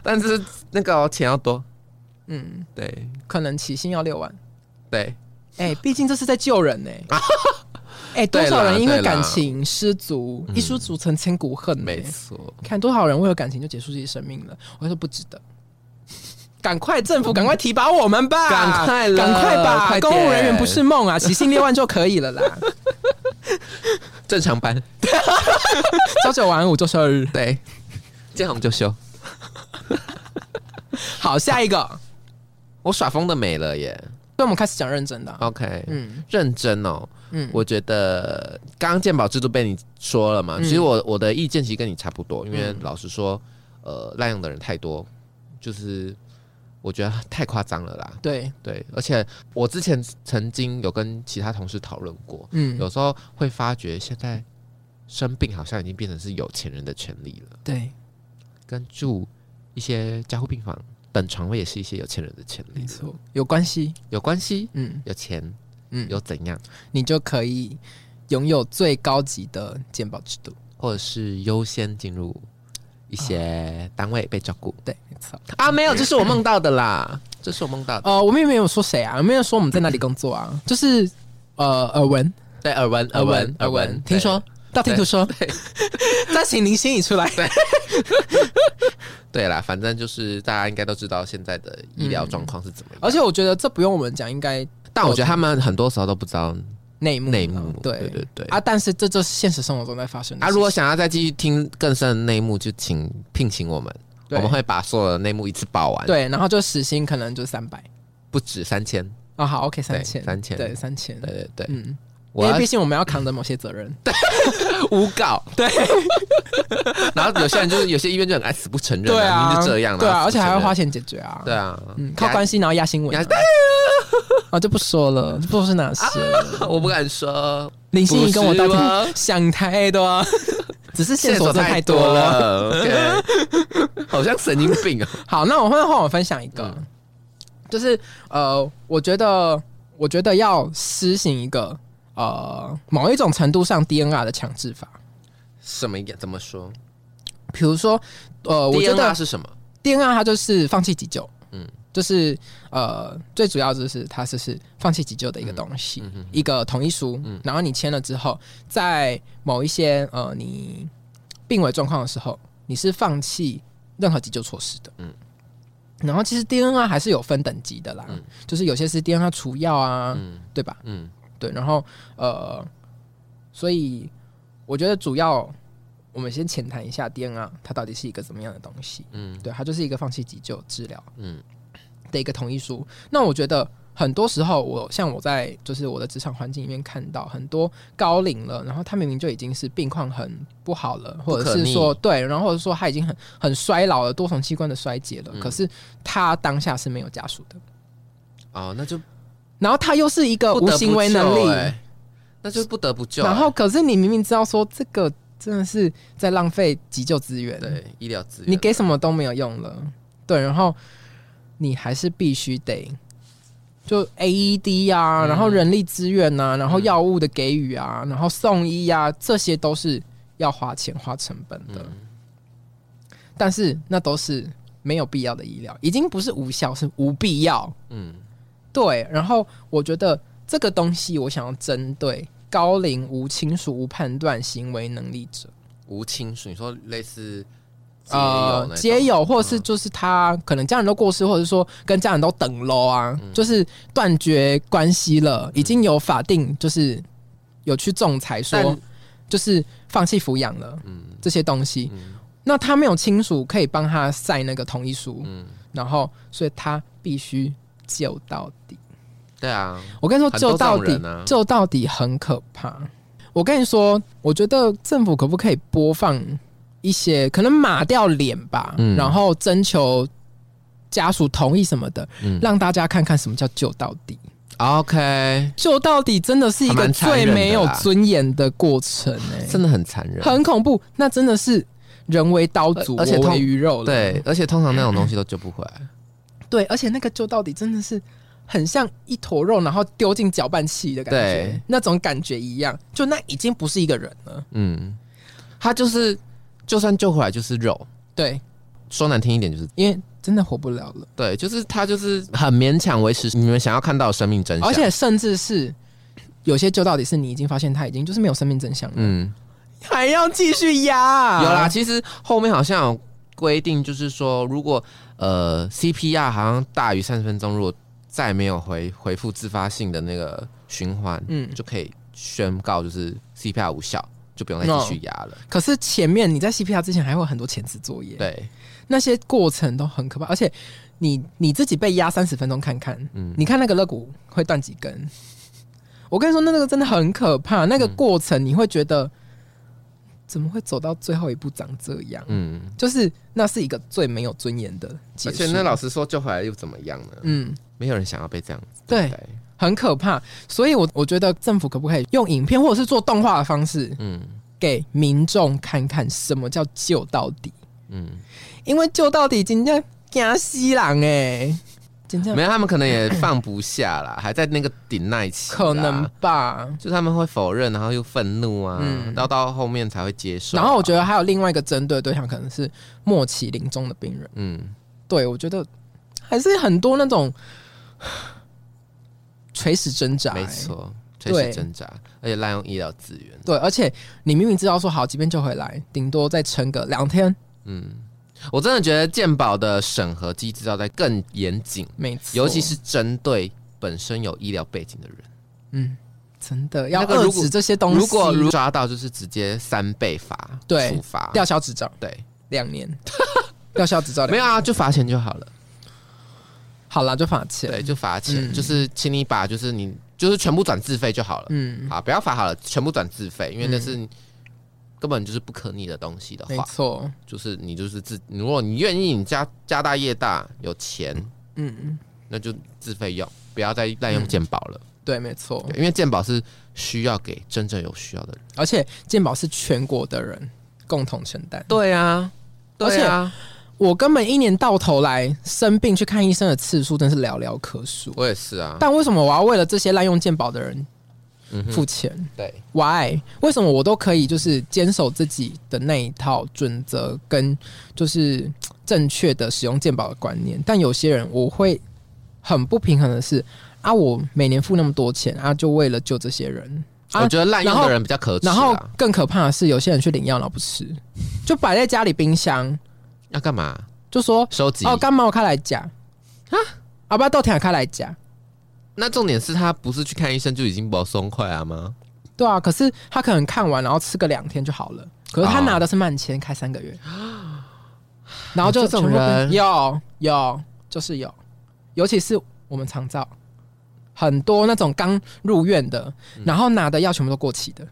S1: 但是那个哦钱要多，
S2: 嗯，
S1: 对
S2: 可能起薪要六万，
S1: 对，
S2: 哎，毕竟这是在救 人呢。哎，多少
S1: 对啦
S2: 人因为
S1: 对啦
S2: 感情失足，一失足成千古恨呢，
S1: 嗯没错，
S2: 看多少人为了感情就结束自己生命了，我说不值得。赶快政府，赶快提拔我们吧！
S1: 赶快了
S2: 赶快吧！
S1: 快点
S2: 公务人员不是梦啊，起薪六万就可以 了啦。
S1: 正常班，
S2: 朝九晚五，周休二日。
S1: 对，见红就休，
S2: 好，下一个，
S1: 我耍疯的没了耶
S2: 所以我们开始讲认真的啊、
S1: ，OK，
S2: 嗯
S1: 认真哦，
S2: 嗯，
S1: 我觉得刚刚鉴宝制度被你说了嘛，
S2: 嗯
S1: 其实我我的意见其实跟你差不多，因为老实说，呃，滥用的人太多，就是我觉得太夸张了啦。
S2: 对，
S1: 对，而且我之前曾经有跟其他同事讨论过，
S2: 嗯
S1: 有时候会发觉现在生病好像已经变成是有钱人的权利了，
S2: 对，
S1: 跟住一些加护病房等床位也是一些有钱人的权利
S2: 没，错，有关系。
S1: 有关系，
S2: 嗯
S1: 有钱，
S2: 嗯，
S1: 有怎样，
S2: 你就可以拥有最高级的健保制度。
S1: 或者是优先进入一些单位被照顾。
S2: 对，没错。
S1: 啊，没有，这是我梦到的啦，这是我梦到的。
S2: 呃，我们也没有说谁啊，没有说我们在哪里工作啊，就是呃耳闻。
S1: 对，耳闻，耳闻，耳闻，
S2: 听说道听途说， 那请您先已出来。
S1: 对。对啦，反正就是大家应该都知道现在的医疗状况是怎么样，
S2: 而且我觉得这不用我们讲，应该
S1: 但我觉得他们很多时候都不知道
S2: 内幕
S1: 内幕。嗯对
S2: 对
S1: 对对。
S2: 啊，但是这就是现实生活中在发生的
S1: 啊，
S2: 事情。
S1: 如果想要再继续听更深的内幕，就请聘请我们，
S2: 对
S1: 我们会把所有的内幕一次报完，，
S2: 对，然后就时薪可能就三百
S1: 不止三千。
S2: 啊，好，OK，三千，
S1: 三千
S2: 对，三千，
S1: 对对对，
S2: 嗯，因
S1: 我
S2: 为
S1: 要
S2: 毕竟我们要扛着某些责任，
S1: 诬告。
S2: 对
S1: 然后有些人就是有些医院就很爱死不承认，
S2: 对啊，
S1: 明明就这样，
S2: 对啊，
S1: 然后
S2: 而
S1: 死
S2: 且
S1: 不承
S2: 还
S1: 认
S2: 要花，钱解决啊，
S1: 对，啊，
S2: 嗯，靠关
S1: 系，
S2: 系然后压新闻
S1: 压
S2: 啊，哦，就不说了，就不说是哪些了。
S1: 我不敢说，
S2: 林心怡跟我道
S1: 不是吗
S2: 歉，想太多，啊 只是线索真的太多
S1: 多
S2: 了。
S1: 了，OK 好像神经病啊。
S2: 好，那我会换我分享一个，就是呃，我觉得我觉得要施行一个呃某一种程度上 DNR 的强制法，
S1: 什么意怎么说？
S2: 比如说呃，我觉
S1: DNA
S2: 得
S1: 是什么？
S2: DNR 它就是放弃急救，
S1: 嗯
S2: 嗯，就是呃最主要就是它就是放弃急救的一个东西，
S1: 嗯哼
S2: 一个同意书，然后你签了之后，在某一些呃你病危状况的时候，你是放弃任何急救措施的，
S1: 嗯
S2: 嗯。然后其实 DNR 还是有分等级的啦，
S1: 嗯
S2: 就是有些是 DNR 除药啊，
S1: 嗯
S2: 对吧？
S1: 嗯
S2: 对，然后呃，所以我觉得主要我们先浅谈一下 DNR 它到底是一个怎么样的东西。
S1: 嗯
S2: 对，它就是一个放弃急救治疗
S1: 嗯
S2: 的一个同意书。那我觉得很多时候我，像我在就是我的职场环境里面看到很多高龄了，然后他明明就已经是病况很不好了，或
S1: 不
S2: 者
S1: 可
S2: 是
S1: 逆
S2: 说对，然后或者说他已经很很衰老了，多重器官的衰竭了，
S1: 嗯
S2: 可是他当下是没有家属的，
S1: 哦，那就
S2: 然后他又是一个
S1: 不得
S2: 呃
S1: 不
S2: 无行为能
S1: 救
S2: 力，
S1: 欸那就不得不救欸。
S2: 然后可是你明明知道说这个真的是在浪费急救资源，
S1: 对医疗资源，
S2: 你给什么都没有用了，对，然后你还是必须得就 AED 啊，
S1: 嗯
S2: 然后人力资源呐、然后
S1: 嗯
S2: 药物的给予啊，然后送医啊，这些都是要花钱花成本的，
S1: 嗯
S2: 但是那都是没有必要的医疗，已经不是无效，是无必要。
S1: 嗯
S2: 对，然后我觉得这个东西，我想要针对高龄无亲属无判断行为能力者。
S1: 无亲属，你说类似街友那
S2: 呃，
S1: 种
S2: 街友，或是
S1: 嗯
S2: 就是他可能家人都过世，或者说跟家人都等喽啊，
S1: 嗯
S2: 就是断绝关系了，已经有法定就是有去仲裁说
S1: 但，
S2: 就是放弃抚养了
S1: 嗯
S2: 这些东西。
S1: 嗯
S2: 那他没有亲属可以帮他晒那个同意书，
S1: 嗯，
S2: 然后所以他必须救到底。
S1: 对啊，
S2: 我跟你说，
S1: 很多
S2: 救到
S1: 这
S2: 底
S1: 种人啊，
S2: 救到底很可怕。我跟你说，我觉得政府可不可以播放一些可能码掉脸吧，
S1: 嗯
S2: 然后征求家属同意什么的，
S1: 嗯
S2: 让大家看看什么叫救到底。
S1: ，OK，
S2: 救到底真的是一
S1: 还
S2: 个
S1: 蛮残忍
S2: 最
S1: 的啦
S2: 没有尊严的过程、欸，
S1: 真的很残忍，
S2: 很恐怖。那真的是人为刀俎，
S1: 而而且
S2: 我
S1: 通
S2: 为鱼肉了。
S1: 对，而且通常那种东西都救不回 来，
S2: 对，而且那个救到底真的是很像一坨肉，然后丢进搅拌器的感觉
S1: 对，
S2: 那种感觉一样，就那已经不是一个人了。
S1: 嗯，他就是就算救回来就是肉，
S2: 对，
S1: 说难听一点就是
S2: 因为真的活不了了，
S1: 对，就是他就是很勉强维持你们想要看到的生命真相，
S2: 而且甚至是有些救到底是你已经发现他已经就是没有生命真相了，
S1: 嗯，
S2: 还要继续压。
S1: 有啦，，其实后面好像有规定，就是说如果呃 CPR 好像大于三十分钟，如果再没有回回复自发性的那个循环，
S2: 嗯，
S1: 就可以宣告就是 CPR 无效，就不用再继续压了。
S2: 可是前面你在 CPR 之前还会有很多前置作业，，
S1: 对，
S2: 那些过程都很可怕，而且你你自己被压三十分钟看看，
S1: 嗯，
S2: 你看那个肋骨会断几根？我跟你说，那个真的很可怕。那个过程你会觉得，怎么会走到最后一步长这样？
S1: 嗯，
S2: 就是那是一个最没有尊严的结
S1: 而
S2: 束。
S1: 且那老师说救回来又怎么样呢？
S2: 嗯，
S1: 没有人想要被这样子。
S2: 对，
S1: 对，
S2: 很可怕。所以我我觉得政府可不可以用影片或者是做动画的方式，
S1: 嗯
S2: 给民众看看什么叫救到底？
S1: 嗯，
S2: 因为救到底真正惊西郎哎，真正
S1: 没有，他们可能也放不下啦， 还在那个顶耐期，
S2: 可能。吧。
S1: 就他们会否认，然后又愤怒啊，
S2: 嗯
S1: 到到后面才会接受啊、
S2: 然后我觉得还有另外一个针对的对象可能是末期临终的病人。
S1: 嗯，
S2: 对，我觉得还是很多那种 垂死挣扎、欸，
S1: 没。错，垂
S2: 对
S1: 死挣扎，而且滥用医疗资源。
S2: 对，而且你明明知道说好，即便救回来，顶多再撑个两天，
S1: 嗯，我真的觉得健保的审核机制要再更严谨，
S2: 没错，
S1: 尤其是针对本身有医疗背景的人。
S2: 嗯，真的要
S1: 那个如
S2: 遏
S1: 果
S2: 制这些东西。
S1: 如果如抓到，就是直接三倍罚，
S2: 对
S1: 处罚。
S2: 吊销执照
S1: 对，
S2: 两年， 吊销执照两
S1: 没有啊，就罚钱就好了。
S2: 好啦，就罚钱。
S1: 对，就罚钱，
S2: 嗯
S1: 就是请你把，就是你就是全部转自费就好了。
S2: 嗯，
S1: 好，不要罚好了，全部转自费，因为那是根本就是不可逆的东西的
S2: 没
S1: 话，
S2: 错，
S1: 就是你就是自，如果你愿意，你家家大业大，有钱，
S2: 嗯，
S1: 那就自费用，不要再滥用健保了。
S2: 对，没错，
S1: 对因为健保是需要给真正有需要的人。
S2: 而且健保是全国的人共同承担。
S1: 对啊，对啊，
S2: 我根本一年到头来生病去看医生的次数真是寥寥可数。
S1: 我也是啊。
S2: 但为什么我要为了这些滥用健保的人
S1: 嗯哼
S2: 付钱、
S1: 对，
S2: w h y 为什么我都可以就是坚守自己的那一套准则跟就是正确的使用健保的观念？但有些人我会很不平衡的是啊，我每年付那么多钱啊，就为了救这些人。啊
S1: 我觉得滥用
S2: 然后
S1: 的人比较可耻
S2: 然后
S1: 啊。
S2: 更可怕的是，有些人去领药然后不吃，就摆在家里冰箱，
S1: 要干嘛？
S2: 就说
S1: 收集？
S2: 哦感冒开来夹啊，阿爸豆甜开来夹，
S1: 那重点是他不是去看医生就已经不松快啊吗？
S2: 对啊，可是他可能看完然后吃个两天就好了，可是他
S1: 哦
S2: 拿的是慢签，开三个月，然后就
S1: 有这种
S2: 全部被
S1: 人
S2: 有有就是有，尤其是我们常照很多那种刚入院的，
S1: 嗯
S2: 然后拿的药全部都过期的，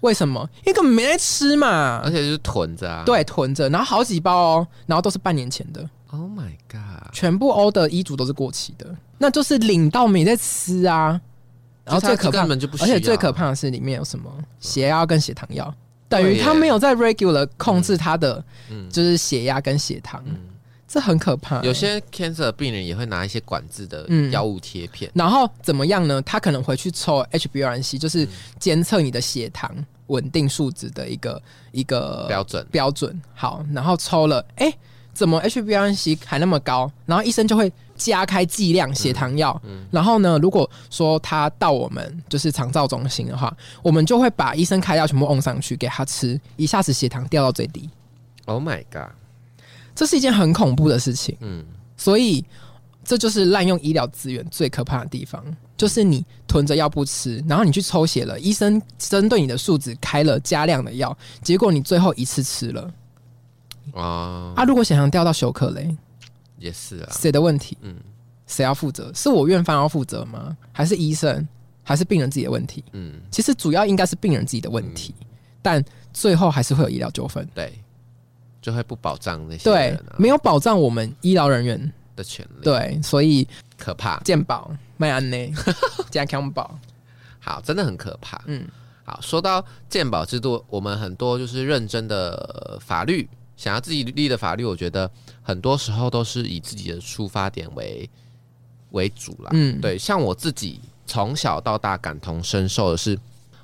S2: 为什么？因为根本没在吃嘛
S1: 而，且就是囤着啊。
S2: 对，囤着，然后好几包哦，然后都是半年前的，
S1: ，Oh my god！
S2: 全部欧的医嘱都是过期的，那就是领到没在吃啊。然后
S1: 就他
S2: 最可怕
S1: 根，本就不需
S2: 而
S1: 要，
S2: 且最可怕的是里面有什么血压跟血糖药，等于
S1: 对
S2: 他
S1: 耶
S2: 没有在 regular 控制他的
S1: 嗯
S2: 就是血压跟血糖，
S1: 嗯
S2: 这很可怕。欸
S1: 有，些 cancer 的病人也会拿一些管制的
S2: 嗯
S1: 药物贴片，
S2: 然后怎么样呢？他可能回去抽 HbA1c，就是
S1: 嗯
S2: 监测你的血糖稳定数值的一个一个
S1: 标准
S2: 标准。好，然后抽了，哎、怎么 HbA1c 还那么高？然后医生就会加开剂量血糖药。然后呢，如果说他到我们就是长照中心的话，我们就会把医生开药全部弄上去给他吃，一下子血糖掉到最低。
S1: Oh my god！
S2: 这是一件很恐怖的事情，
S1: 嗯，
S2: 所以这就是滥用医疗资源最可怕的地方，就是你囤着药不吃，然后你去抽血了，医生针对你的数值开了加量的药，结果你最后一次吃了，
S1: 哦，
S2: 啊，如果血糖掉到休克嘞，
S1: 也是啊，
S2: 谁的问题？
S1: 嗯
S2: 谁要负责？是我院方要负责吗？还是医生？还是病人自己的问题？
S1: 嗯，
S2: 其实主要应该是病人自己的问题，但最后还是会有医疗纠纷。
S1: 对，就会不保障那些
S2: 对
S1: 人、，啊
S2: 没有保障我们医疗人员。
S1: 的权利，，
S2: 对，所以
S1: 可怕，
S2: 健保卖 安内健康保，
S1: 好，真的很可怕。
S2: 嗯，
S1: 好，说到鉴保制度，我们很多就是认真的呃法律，想要自己立的法律，我觉得很多时候都是以自己的出发点为为主啦。
S2: 嗯
S1: 对，像我自己从小到大感同身受的是，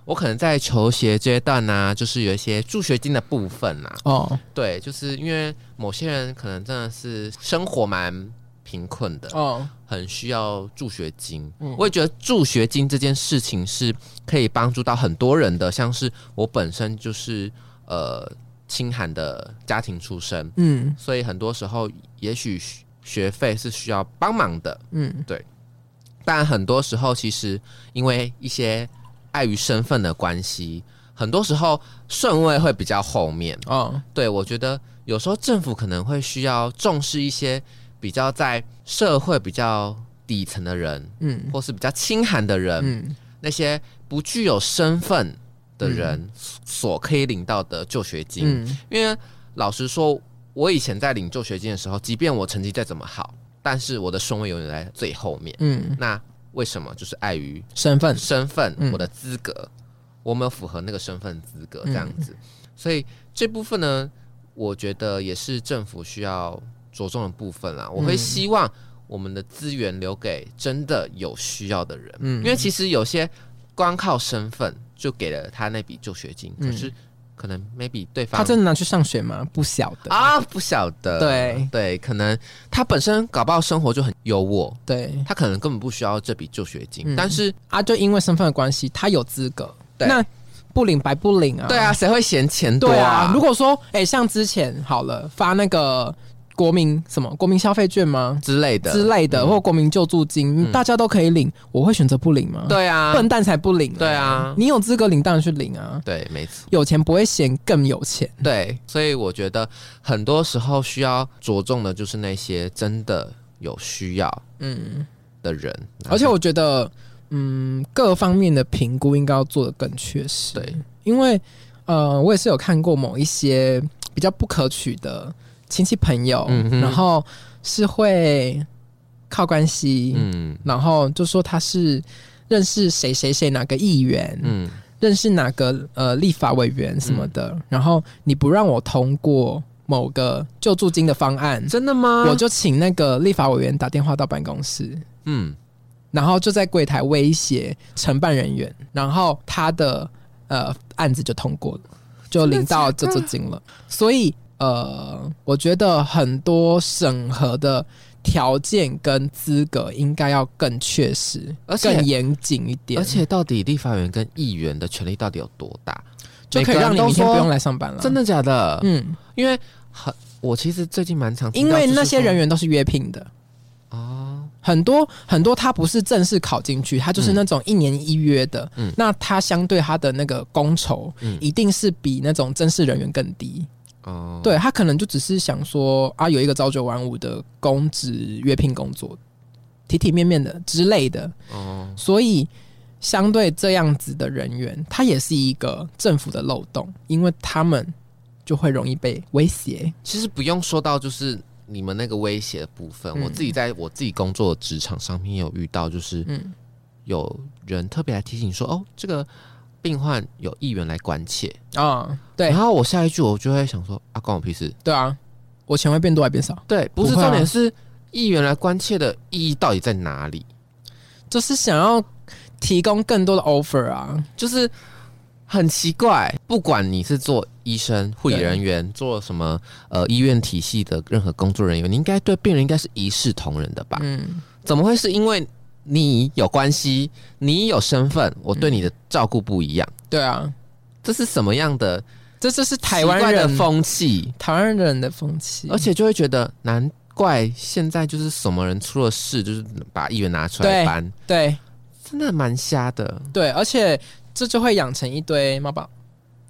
S1: 我可能在求学阶段呢、就是有一些助学金的部分啊啦、
S2: 哦
S1: 对，就是因为某些人可能真的是生活蛮贫困的，
S2: 哦，
S1: 很需要助学金。
S2: 嗯
S1: 我也觉得助学金这件事情是可以帮助到很多人的，像是我本身就是呃清寒的家庭出身，
S2: 嗯
S1: 所以很多时候也许学学费是需要帮忙的，
S2: 嗯
S1: 但很多时候其实因为一些碍于身份的关系，很多时候顺位会比较后面。
S2: 哦，
S1: 对，我觉得有时候政府可能会需要重视一些比较在社会比较底层的人，
S2: 嗯
S1: 或是比较清寒的人，
S2: 嗯
S1: 那些不具有身份的人所可以领到的救学金。
S2: 嗯
S1: 因为老实说，我以前在领救学金的时候，即便我成绩再怎么好，但是我的顺位永远在最后面。
S2: 嗯，
S1: 那为什么？就是碍于
S2: 身份
S1: 身份、
S2: 嗯
S1: 我的资格，我没有符合那个身份资格这样子。所以这部分呢，我觉得也是政府需要着重的部分啦。我
S2: 嗯
S1: 会希望我们的资源留给真的有需要的人，
S2: 嗯
S1: 因为其实有些光靠身份就给了他那笔助学金，
S2: 嗯
S1: 可是可能 maybe 对方
S2: 他真的拿去上学吗？不晓得，
S1: 啊不晓得，
S2: 对
S1: 对，可能他本身搞不好生活就很优渥。
S2: 对
S1: 他可能根本不需要这笔救学金，
S2: 嗯
S1: 但是
S2: 啊，就因为身份的关系，他有资格，
S1: 对
S2: 那不领白不领啊，
S1: 对啊，谁会嫌钱多
S2: 对
S1: 啊？
S2: 啊，如果说哎、像之前好了发那个国民什么国民消费券吗
S1: 之类的嗯
S2: 之类的，或国民救助金，大家都可以领，我会选择不领吗？，
S1: 对啊，
S2: 笨蛋才不领、
S1: 对，啊，
S2: 你有资格领当然去领啊，
S1: 对，没错，
S2: 有钱不会嫌更有钱。
S1: 对，所以我觉得很多时候需要着重的就是那些真的有需要
S2: 嗯，
S1: 的人，
S2: 而且我觉得，嗯，各方面的评估应该要做的更确实。
S1: 对，
S2: 因为呃，我也是有看过某一些比较不可取的亲戚朋友，
S1: 嗯哼
S2: 然后是会靠关系，
S1: 嗯
S2: 然后就说他是认识谁谁谁哪个议员，
S1: 嗯
S2: 认识哪个呃立法委员什么的，然后你不让我通过某个救助金的方案，
S1: 真的吗？
S2: 我就请那个立法委员打电话到办公室，
S1: 嗯
S2: 然后就在柜台威胁承办人员，然后他的呃案子就通过了，就领到这这金了。所以呃，我觉得很多审核的条件跟资格应该要更确实，
S1: 而且
S2: 更严谨一点，
S1: 而且到底立法员跟议员的权力到底有多大？
S2: 就可以
S1: 每个人
S2: 让你
S1: 都
S2: 明天
S1: 说
S2: 不用来上班了。
S1: 真，的假的？
S2: 嗯，
S1: 因为很，我其实最近蛮常听
S2: 因
S1: 到
S2: 为
S1: 就是
S2: 那些
S1: 说
S2: 人员都是约聘的。
S1: 哦，
S2: 很多很多他不是正式考进去，他就是那种一年一约的，
S1: 嗯
S2: 那他相对他的那个工酬，
S1: 嗯
S2: 一定是比那种正式人员更低。
S1: 哦，
S2: 对他可能就只是想说啊，有一个朝九晚五的公职约聘工作，体体面面的之类的，
S1: 哦，
S2: 所以。相对这样子的人员，他也是一个政府的漏洞，因为他们就会容易被威胁。
S1: 其实不用说到就是你们那个威胁的部分，
S2: 嗯
S1: 我自己在我自己工作的职场上面也有遇到，就是
S2: 嗯
S1: 有人特别来提醒说，哦，这个病患有议员来关切，
S2: 啊、对
S1: 然后我下一句我就会想说，啊，关我屁事。
S2: 对啊，我钱会变多还变少？
S1: 对，不是
S2: 不会啊
S1: 重点是议员来关切的意义到底在哪里？
S2: 就是想要提供更多的 offer 啊，
S1: 就是很奇怪，不管你是做医生、护理人员，做什么呃医院体系的任何工作人员，你应该对病人应该是一视同仁的吧？
S2: 嗯，
S1: 怎么会是因为你有关系、你有身份，我对你的照顾不一样？
S2: 对啊，
S1: 这是什么样的
S2: 这就是台
S1: 奇
S2: 湾
S1: 怪的
S2: 人
S1: 风气？
S2: 台湾人的风气，
S1: 而且就会觉得难怪现在就是什么人出了事，就是把议员拿出
S2: 对
S1: 来搬，
S2: 对
S1: 真的蛮瞎的。
S2: 对，而且这就会养成一堆妈宝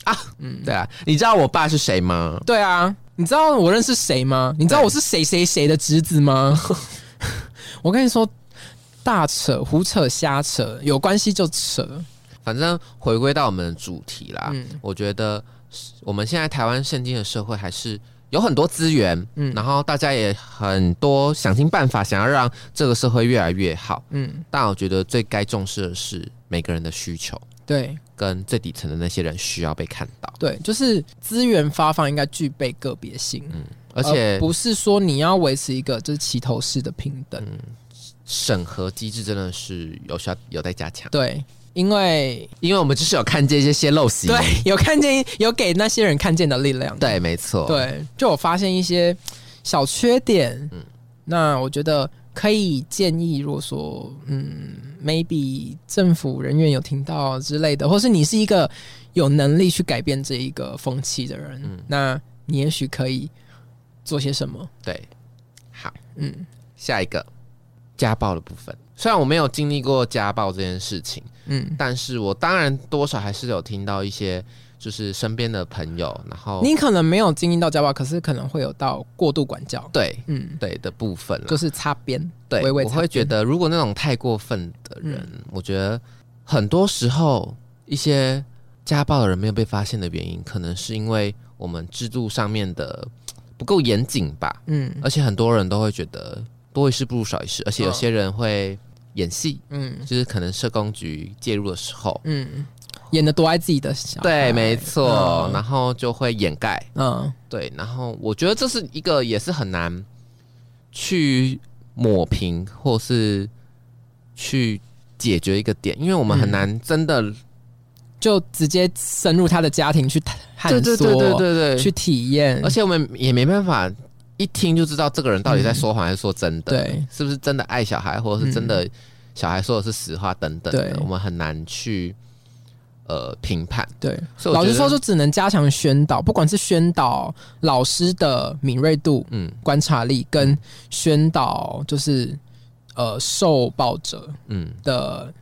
S1: 啊，
S2: 嗯，
S1: 对啊，你知道我爸是谁吗？
S2: 对啊，你知道我认识谁吗？你知道我是谁谁谁的侄子 吗？我跟你说，大扯、胡扯、瞎扯，有关系就扯，
S1: 反正回归到我们的主题啦，
S2: 嗯
S1: 我觉得是我们现在台湾现今的社会还是有很多资源，
S2: 嗯
S1: 然后大家也很多想尽办法想要让这个社会越来越好。
S2: 嗯，
S1: 但我觉得最该重视的是每个人的需求，
S2: 对
S1: 跟最底层的那些人需要被看到，
S2: 对，就是资源发放应该具备个别性。
S1: 而且
S2: 呃不是说你要维持一个就是齐头式的平等，
S1: 嗯审核机制真的是有需要有待加强，
S2: 对，因为
S1: 因为我们就是有看见一些些陋习。
S2: 对有看见有给那些人看见的力量，
S1: 对，没错。，
S2: 对，就我发现一些小缺点，嗯，那我觉得可以建议，如果说嗯，maybe 政府人员有听到之类的，或是你是一个有能力去改变这一个风气的人，
S1: 嗯
S2: 那你也许可以做些什么，
S1: 对，好。
S2: 嗯
S1: 下一个家暴的部分，虽然我没有经历过家暴这件事情，
S2: 嗯，
S1: 但是我当然多少还是有听到一些，就是身边的朋友，然后
S2: 你可能没有经历到家暴，可是可能会有到过度管教，
S1: 对
S2: 嗯。
S1: 对的部分啦，
S2: 就是擦边，
S1: 对，
S2: 微微
S1: 我
S2: 擦
S1: 会
S2: 边
S1: 觉得如果那种太过分的人，我觉得很多时候一些家暴的人没有被发现的原因，可能是因为我们制度上面的不够严谨吧，
S2: 嗯
S1: 而且很多人都会觉得多一事不如少一事，而且有
S2: 嗯
S1: 些人会演戏。
S2: 嗯
S1: 就是可能社工局介入的时候，
S2: 嗯，演的多爱自己的小孩，
S1: 对，没错，
S2: 嗯
S1: 然后就会掩盖，
S2: 嗯
S1: 对，然后我觉得这是一个也是很难去抹平或是去解决一个点，因为我们
S2: 嗯
S1: 很难真的、
S2: 就直接深入他的家庭去探
S1: 对对
S2: 索，
S1: 对对对对，
S2: 去体验，
S1: 而且我们也没办法一听就知道这个人到底在说谎还是说真的，
S2: 嗯对，嗯
S1: 是不是真的爱小孩，或者是真的小孩说的是实话等等的，
S2: 对
S1: 我们很难去呃评判。
S2: 对，
S1: 所以我
S2: 老
S1: 觉
S2: 实
S1: 得
S2: 说，就只能加强宣导，不管是宣导老师的敏锐度、
S1: 嗯
S2: 观察力，跟宣导就是呃受暴者
S1: 嗯
S2: 的，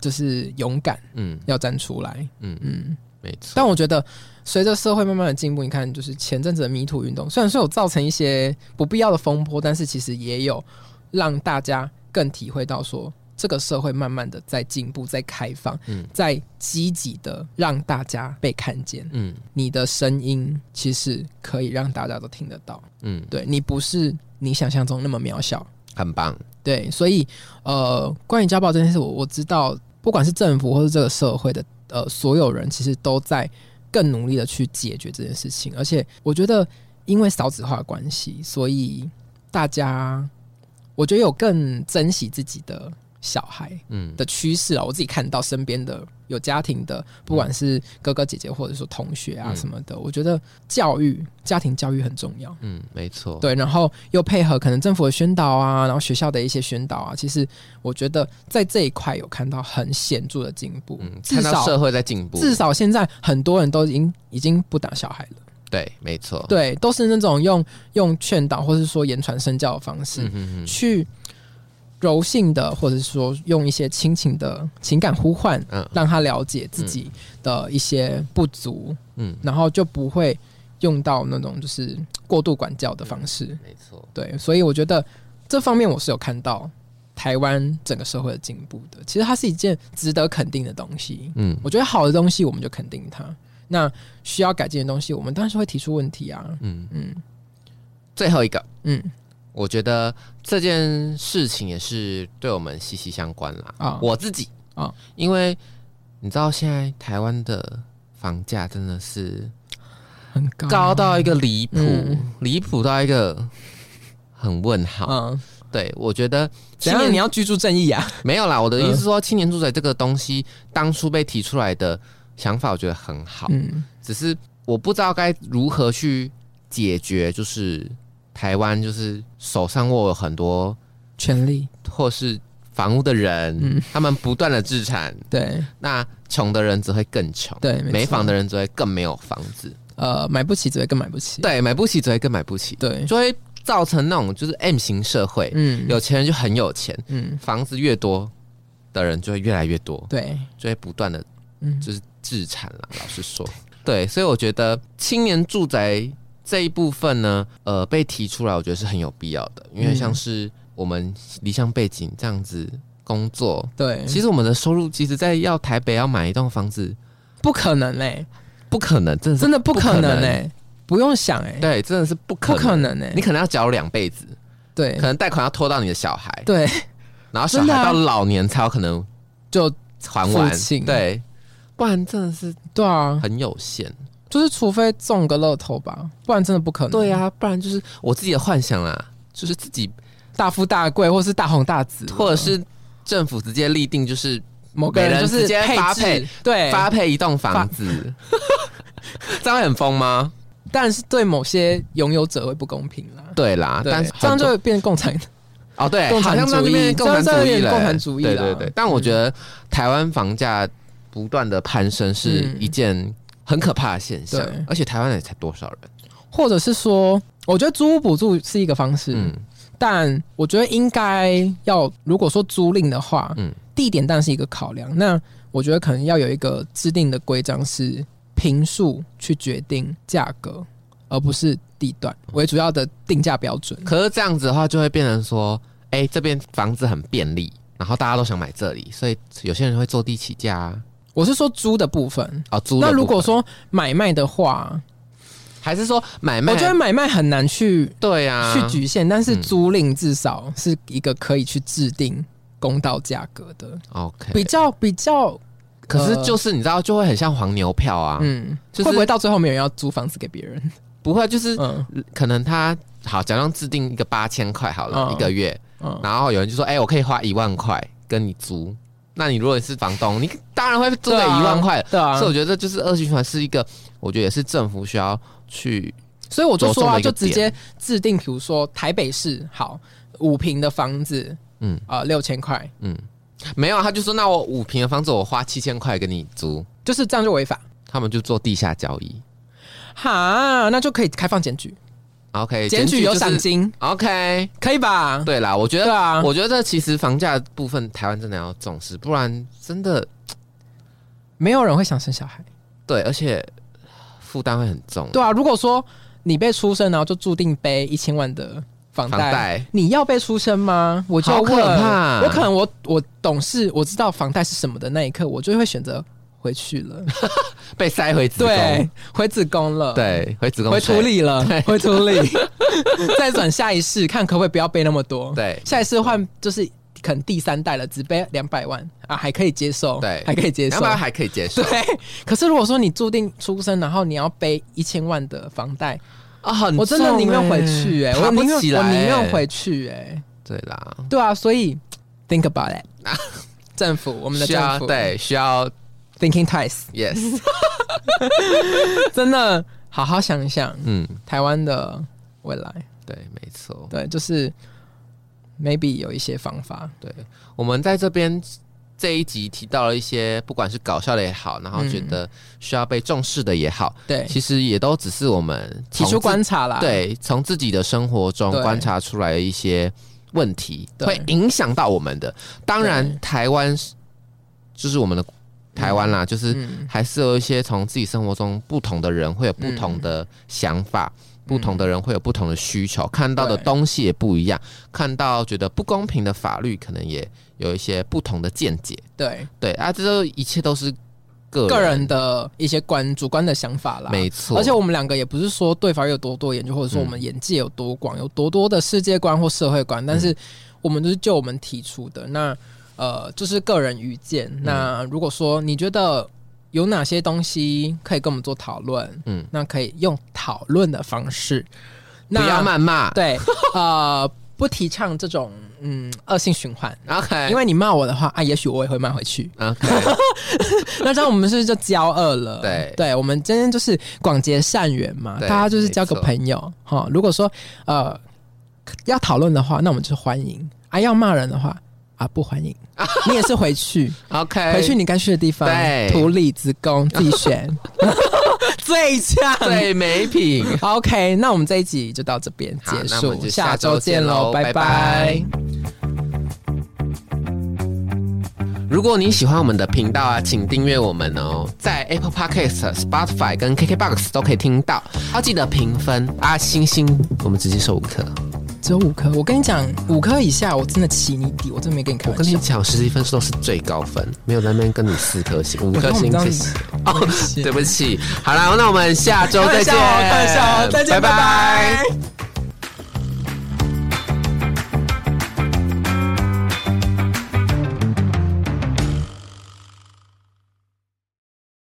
S2: 就是勇敢
S1: 嗯
S2: 要站出来，
S1: 嗯嗯，
S2: 嗯。
S1: 没错。
S2: 但我觉得，随着社会慢慢的进步，你看，就是前阵子的迷途运动，虽然说有造成一些不必要的风波，但是其实也有让大家更体会到说，这个社会慢慢的在进步、在开放、
S1: 嗯
S2: 在积极的让大家被看见。
S1: 嗯
S2: 你的声音其实可以让大家都听得到，
S1: 嗯，
S2: 对你不是你想象中那么渺小。
S1: 很棒。
S2: 对，所以呃，关于家暴这件事，我我知道，不管是政府或是这个社会的呃所有人，其实都在更努力的去解决这件事情。而且我觉得，因为少子化的关系，所以大家我觉得有更珍惜自己的小孩
S1: 嗯，
S2: 的趋势啊。我自己看到身边的有家庭的，不管是哥哥姐姐或者说同学啊
S1: 嗯
S2: 什么的，我觉得教育家庭教育很重要。
S1: 嗯，没错，，
S2: 对，然后又配合可能政府的宣导啊，然后学校的一些宣导啊，其实我觉得在这一块有看到很显著的进步，
S1: 嗯，
S2: 至
S1: 看到社
S2: 少
S1: 会在进步，
S2: 至少现在很多人都已经已经不打小孩了，
S1: 对，没错，，
S2: 对，都是那种用用劝导或是说言传身教的方式、
S1: 嗯嗯嗯
S2: 去柔性的，或者是说用一些亲情的情感呼唤，
S1: 嗯
S2: 让他了解自己的一些不足，
S1: 嗯，
S2: 然后就不会用到那种就是过度管教的方式。
S1: 没错，
S2: 对，所以我觉得这方面我是有看到台湾整个社会的进步的。其实它是一件值得肯定的东西。
S1: 嗯
S2: 我觉得好的东西我们就肯定它，那需要改进的东西我们当然是会提出问题啊。
S1: 嗯
S2: 嗯
S1: 嗯，最后一个，
S2: 嗯
S1: 我觉得这件事情也是对我们息息相关啦。
S2: 啊
S1: 我自己
S2: 啊
S1: 啊，因为你知道现在台湾的房价真的是
S2: 很高
S1: 高到一个离谱
S2: 嗯，
S1: 离谱、到一个很问号。
S2: 嗯，
S1: 对我觉得
S2: 怎
S1: 青
S2: 样
S1: 年
S2: 你要居住正义啊？
S1: 没有啦，我的意
S2: 嗯
S1: 思是说，青年住宅这个东西当初被提出来的想法，我觉得很好，
S2: 嗯
S1: 只是我不知道该如何去解决，就是台湾就是手上握有很多
S2: 权利
S1: 或是房屋的人，
S2: 嗯
S1: 他们不断的自产，
S2: 对
S1: 那穷的人只会更穷，
S2: 对没
S1: 没
S2: 错
S1: 房的人只会更没有房子，
S2: 呃买不起只会更买不起。
S1: 对，买不起只会更买不起，
S2: 对，
S1: 就会造成那种就是 M 型社会，
S2: 嗯
S1: 有钱人就很有钱，
S2: 嗯
S1: 房子越多的人就会越来越多，
S2: 对
S1: 就会不断的
S2: 嗯
S1: 就是自产了。老实说，对，所以我觉得青年住宅这一部分呢，呃，被提出来，我觉得是很有必要的，因为
S2: 嗯
S1: 像是我们离乡背景这样子工作，
S2: 对，
S1: 其实我们的收入，其实在要台北要买一栋房子，
S2: 不可能嘞、
S1: 不可能，真的是
S2: 真的不可
S1: 可
S2: 能
S1: 能
S2: 嘞、不用想哎、
S1: 对，真的是不可
S2: 不
S1: 能。
S2: 可能嘞、
S1: 你可能要缴两辈子，
S2: 对
S1: 可能贷款要拖到你的小孩，
S2: 对，
S1: 然后小
S2: 真的
S1: 孩
S2: 啊
S1: 到老年才有可能
S2: 就
S1: 还完
S2: 付清，
S1: 对，不然真的是
S2: 对啊，
S1: 很有限。
S2: 就是除非中个乐透吧，不然真的不可能。
S1: 对，啊，不然就是我自己的幻想啦，就是自己
S2: 大富大贵，或是大红大紫，
S1: 或者是政府直接立定就是
S2: 某个人
S1: 每人
S2: 就是
S1: 直接
S2: 配
S1: 发
S2: 置
S1: 配
S2: 对
S1: 发，配一栋房子， 这样会很疯吗？
S2: 但是对某些拥有者会不公平啦。
S1: 对啦，
S2: 对
S1: 啊但是
S2: 这样
S1: 很多
S2: 就变共产，
S1: 哦对，
S2: 共产
S1: 好像这样就
S2: 主义
S1: 变共产
S2: 这样
S1: 主义
S2: 就变
S1: 了，
S2: 共产主义
S1: 对
S2: 啦
S1: 对对。但我
S2: 嗯
S1: 觉得台湾房价不断的攀升是
S2: 嗯
S1: 一件很可怕的现象
S2: 对，
S1: 而且台湾也才多少人？
S2: 或者是说，我觉得租屋补助是一个方式，
S1: 嗯
S2: 但我觉得应该要，如果说租赁的话，
S1: 嗯
S2: 地点当然是一个考量。那我觉得可能要有一个制定的规章是平数去决定价格，而不是地段为主要的定价标准。
S1: 可是这样子的话，就会变成说，哎、这边房子很便利，然后大家都想买这里，所以有些人会坐地起价啊，
S2: 我是说租的部分。
S1: 哦租的部
S2: 那
S1: 分。
S2: 如果说买卖的话，
S1: 还是说买卖，
S2: 我觉得买卖很难去、
S1: 对啊，
S2: 去局限，但是
S1: 嗯
S2: 租赁至少是一个可以去制定公道价格的，
S1: 嗯
S2: 比
S1: OK。
S2: 较比较，呃
S1: 可是就是你知道，就会很像黄牛票啊，
S2: 嗯，
S1: 就是
S2: 会不会到最后没有人要租房子给别人？
S1: 不会啊就是
S2: 嗯
S1: 可能他好，假装制定一个八千块好了、
S2: 嗯
S1: 一个月，
S2: 嗯，
S1: 然后有人就说，哎、我可以花一万块跟你租，那你如果你是房东，你当然会租给
S2: 对啊
S1: 一万块。
S2: 对啊
S1: 所以，我觉得这就是恶性循环，是一个我觉得也是政府需要去
S2: 所以我就说
S1: 着重
S2: 啊，
S1: 的一
S2: 就
S1: 个
S2: 直接制定，比如说台北市好五平的房子，嗯
S1: 嗯，
S2: 啊六千块，
S1: 嗯，没有啊，他就说那我五平的房子我花七千块给你租，
S2: 就是这样就违法。
S1: 他们就做地下交易。
S2: 哈，那就可以开放检举，
S1: OK，
S2: 检举有赏
S1: 就是。
S2: 金，
S1: OK，
S2: 可以吧？
S1: 对啦，我觉得，
S2: 啊，
S1: 我觉得其实房价部分台湾真的要重视，不然真的
S2: 没有人会想生小孩。
S1: 对，而且负担会很重。
S2: 对啊，如果说你被出生，然后就注定背一千万的房
S1: 房
S2: 贷。
S1: 贷，
S2: 你要被出生吗？我就
S1: 好
S2: 问，
S1: 可怕
S2: 我可能我我懂事，我知道房贷是什么的那一刻，我就会选择回去了，
S1: 被塞回子宫，
S2: 对，回子宫了，，
S1: 对，回子宫
S2: 回
S1: 水
S2: 土，里了
S1: 对，
S2: 回土 里，再转下一世，看可不可以不要背那么多。，
S1: 对
S2: 下一世换就是可能第三代了，只背两百万啊，还可以接受，
S1: 对
S2: 还可以接
S1: 然
S2: 受
S1: 后。还可以接受
S2: 对， 可是如果说你注定出生，然后你要背一千万的房贷，
S1: 啊，很
S2: 我真的
S1: 重
S2: 宁愿
S1: 欸
S2: 回去哎、
S1: 爬
S2: 我
S1: 不
S2: 宁愿
S1: 起来
S2: 我宁
S1: 欸
S2: 愿回去哎、
S1: 对啦，
S2: 对啊，所以 think about it，政府我们的
S1: 需
S2: 政
S1: 要
S2: 府
S1: 对需要
S2: thinking twice，
S1: yes，
S2: 真的好好想一想
S1: 嗯，
S2: 台湾的未来，
S1: 对，没错，
S2: 对，就是 maybe 有一些方法，
S1: 对，我们在这边这一集提到了一些，不管是搞笑的也好，然后觉得需要被重视的也好，
S2: 对，
S1: 其实也都只是我们
S2: 提
S1: 从
S2: 出
S1: 自
S2: 嗯观察啦，，
S1: 对，从自己的生活中
S2: 对
S1: 观察出来的一些问题，
S2: 对
S1: 会影响到我们的。当然
S2: 对，
S1: 台湾是就是我们的台湾啦，就是
S2: 嗯，
S1: 还是有一些从自己生活中不同的人会有不
S2: 嗯
S1: 同的想法，不同的人会有不同的需求，看到的
S2: 对
S1: 东西也不一样，看到觉得不公平的法律，可能也有一些不同的见解。
S2: 对，
S1: 对啊，这都一切都是个人
S2: 个人的一些观主观的想法啦，
S1: 没错，
S2: 而且我们两个也不是说对法律有多多研究，或者说我们眼界有多广，有多多的世界观或社会
S1: 嗯
S2: 观，但是我们就是就我们提出的那呃，就是个人愚见。那如果说你觉得有哪些东西可以跟我们做讨论，
S1: 嗯
S2: 嗯，那可以用讨论的方式，
S1: 不要
S2: 那
S1: 谩骂。
S2: 对 呃，不提倡这种嗯恶性循环。
S1: ，OK，嗯
S2: 因为你骂我的话啊，也许我也会骂回去。
S1: OK，
S2: 那这样我们是不是就交恶了。
S1: 对
S2: 对，我们今天就是广结善缘嘛，
S1: 对
S2: 大家就是交个朋友哈。如果说呃要讨论的话，那我们就欢迎；啊，要骂人的话啊，不 欢迎。你也是回去，
S1: OK，
S2: 回去你该去的地方
S1: 哎对，
S2: 土里子宫自己 选，最强。
S1: 对没品。
S2: OK，那我们这一集就到这边
S1: 好
S2: 结
S1: 那我们
S2: 束，
S1: 就
S2: 下
S1: 下
S2: 周
S1: 周
S2: 见
S1: 见
S2: 喽，
S1: 喽，
S2: 拜
S1: 拜
S2: 拜
S1: 拜。。如果你喜欢我们的频道啊，请订阅我们哦，在 Apple Podcast、Spotify 跟 KKBox 都可以听到。要记得评分啊，星星，我们直接收五颗。
S2: 只有五颗，我跟你讲，五颗以下我真的起你底，我真的没跟你开
S1: 我
S2: 玩
S1: 跟你
S2: 笑。
S1: 讲，实际分数都是最高分，没有在那边跟你四颗星、五
S2: 我
S1: 颗
S2: 跟我们
S1: 星，
S2: 这样
S1: 谢
S2: 子
S1: 谢。 哦， 对不起，好啦，那我们下周再见，
S2: 哦开玩笑哦开玩笑哦再见，
S1: 拜
S2: 拜拜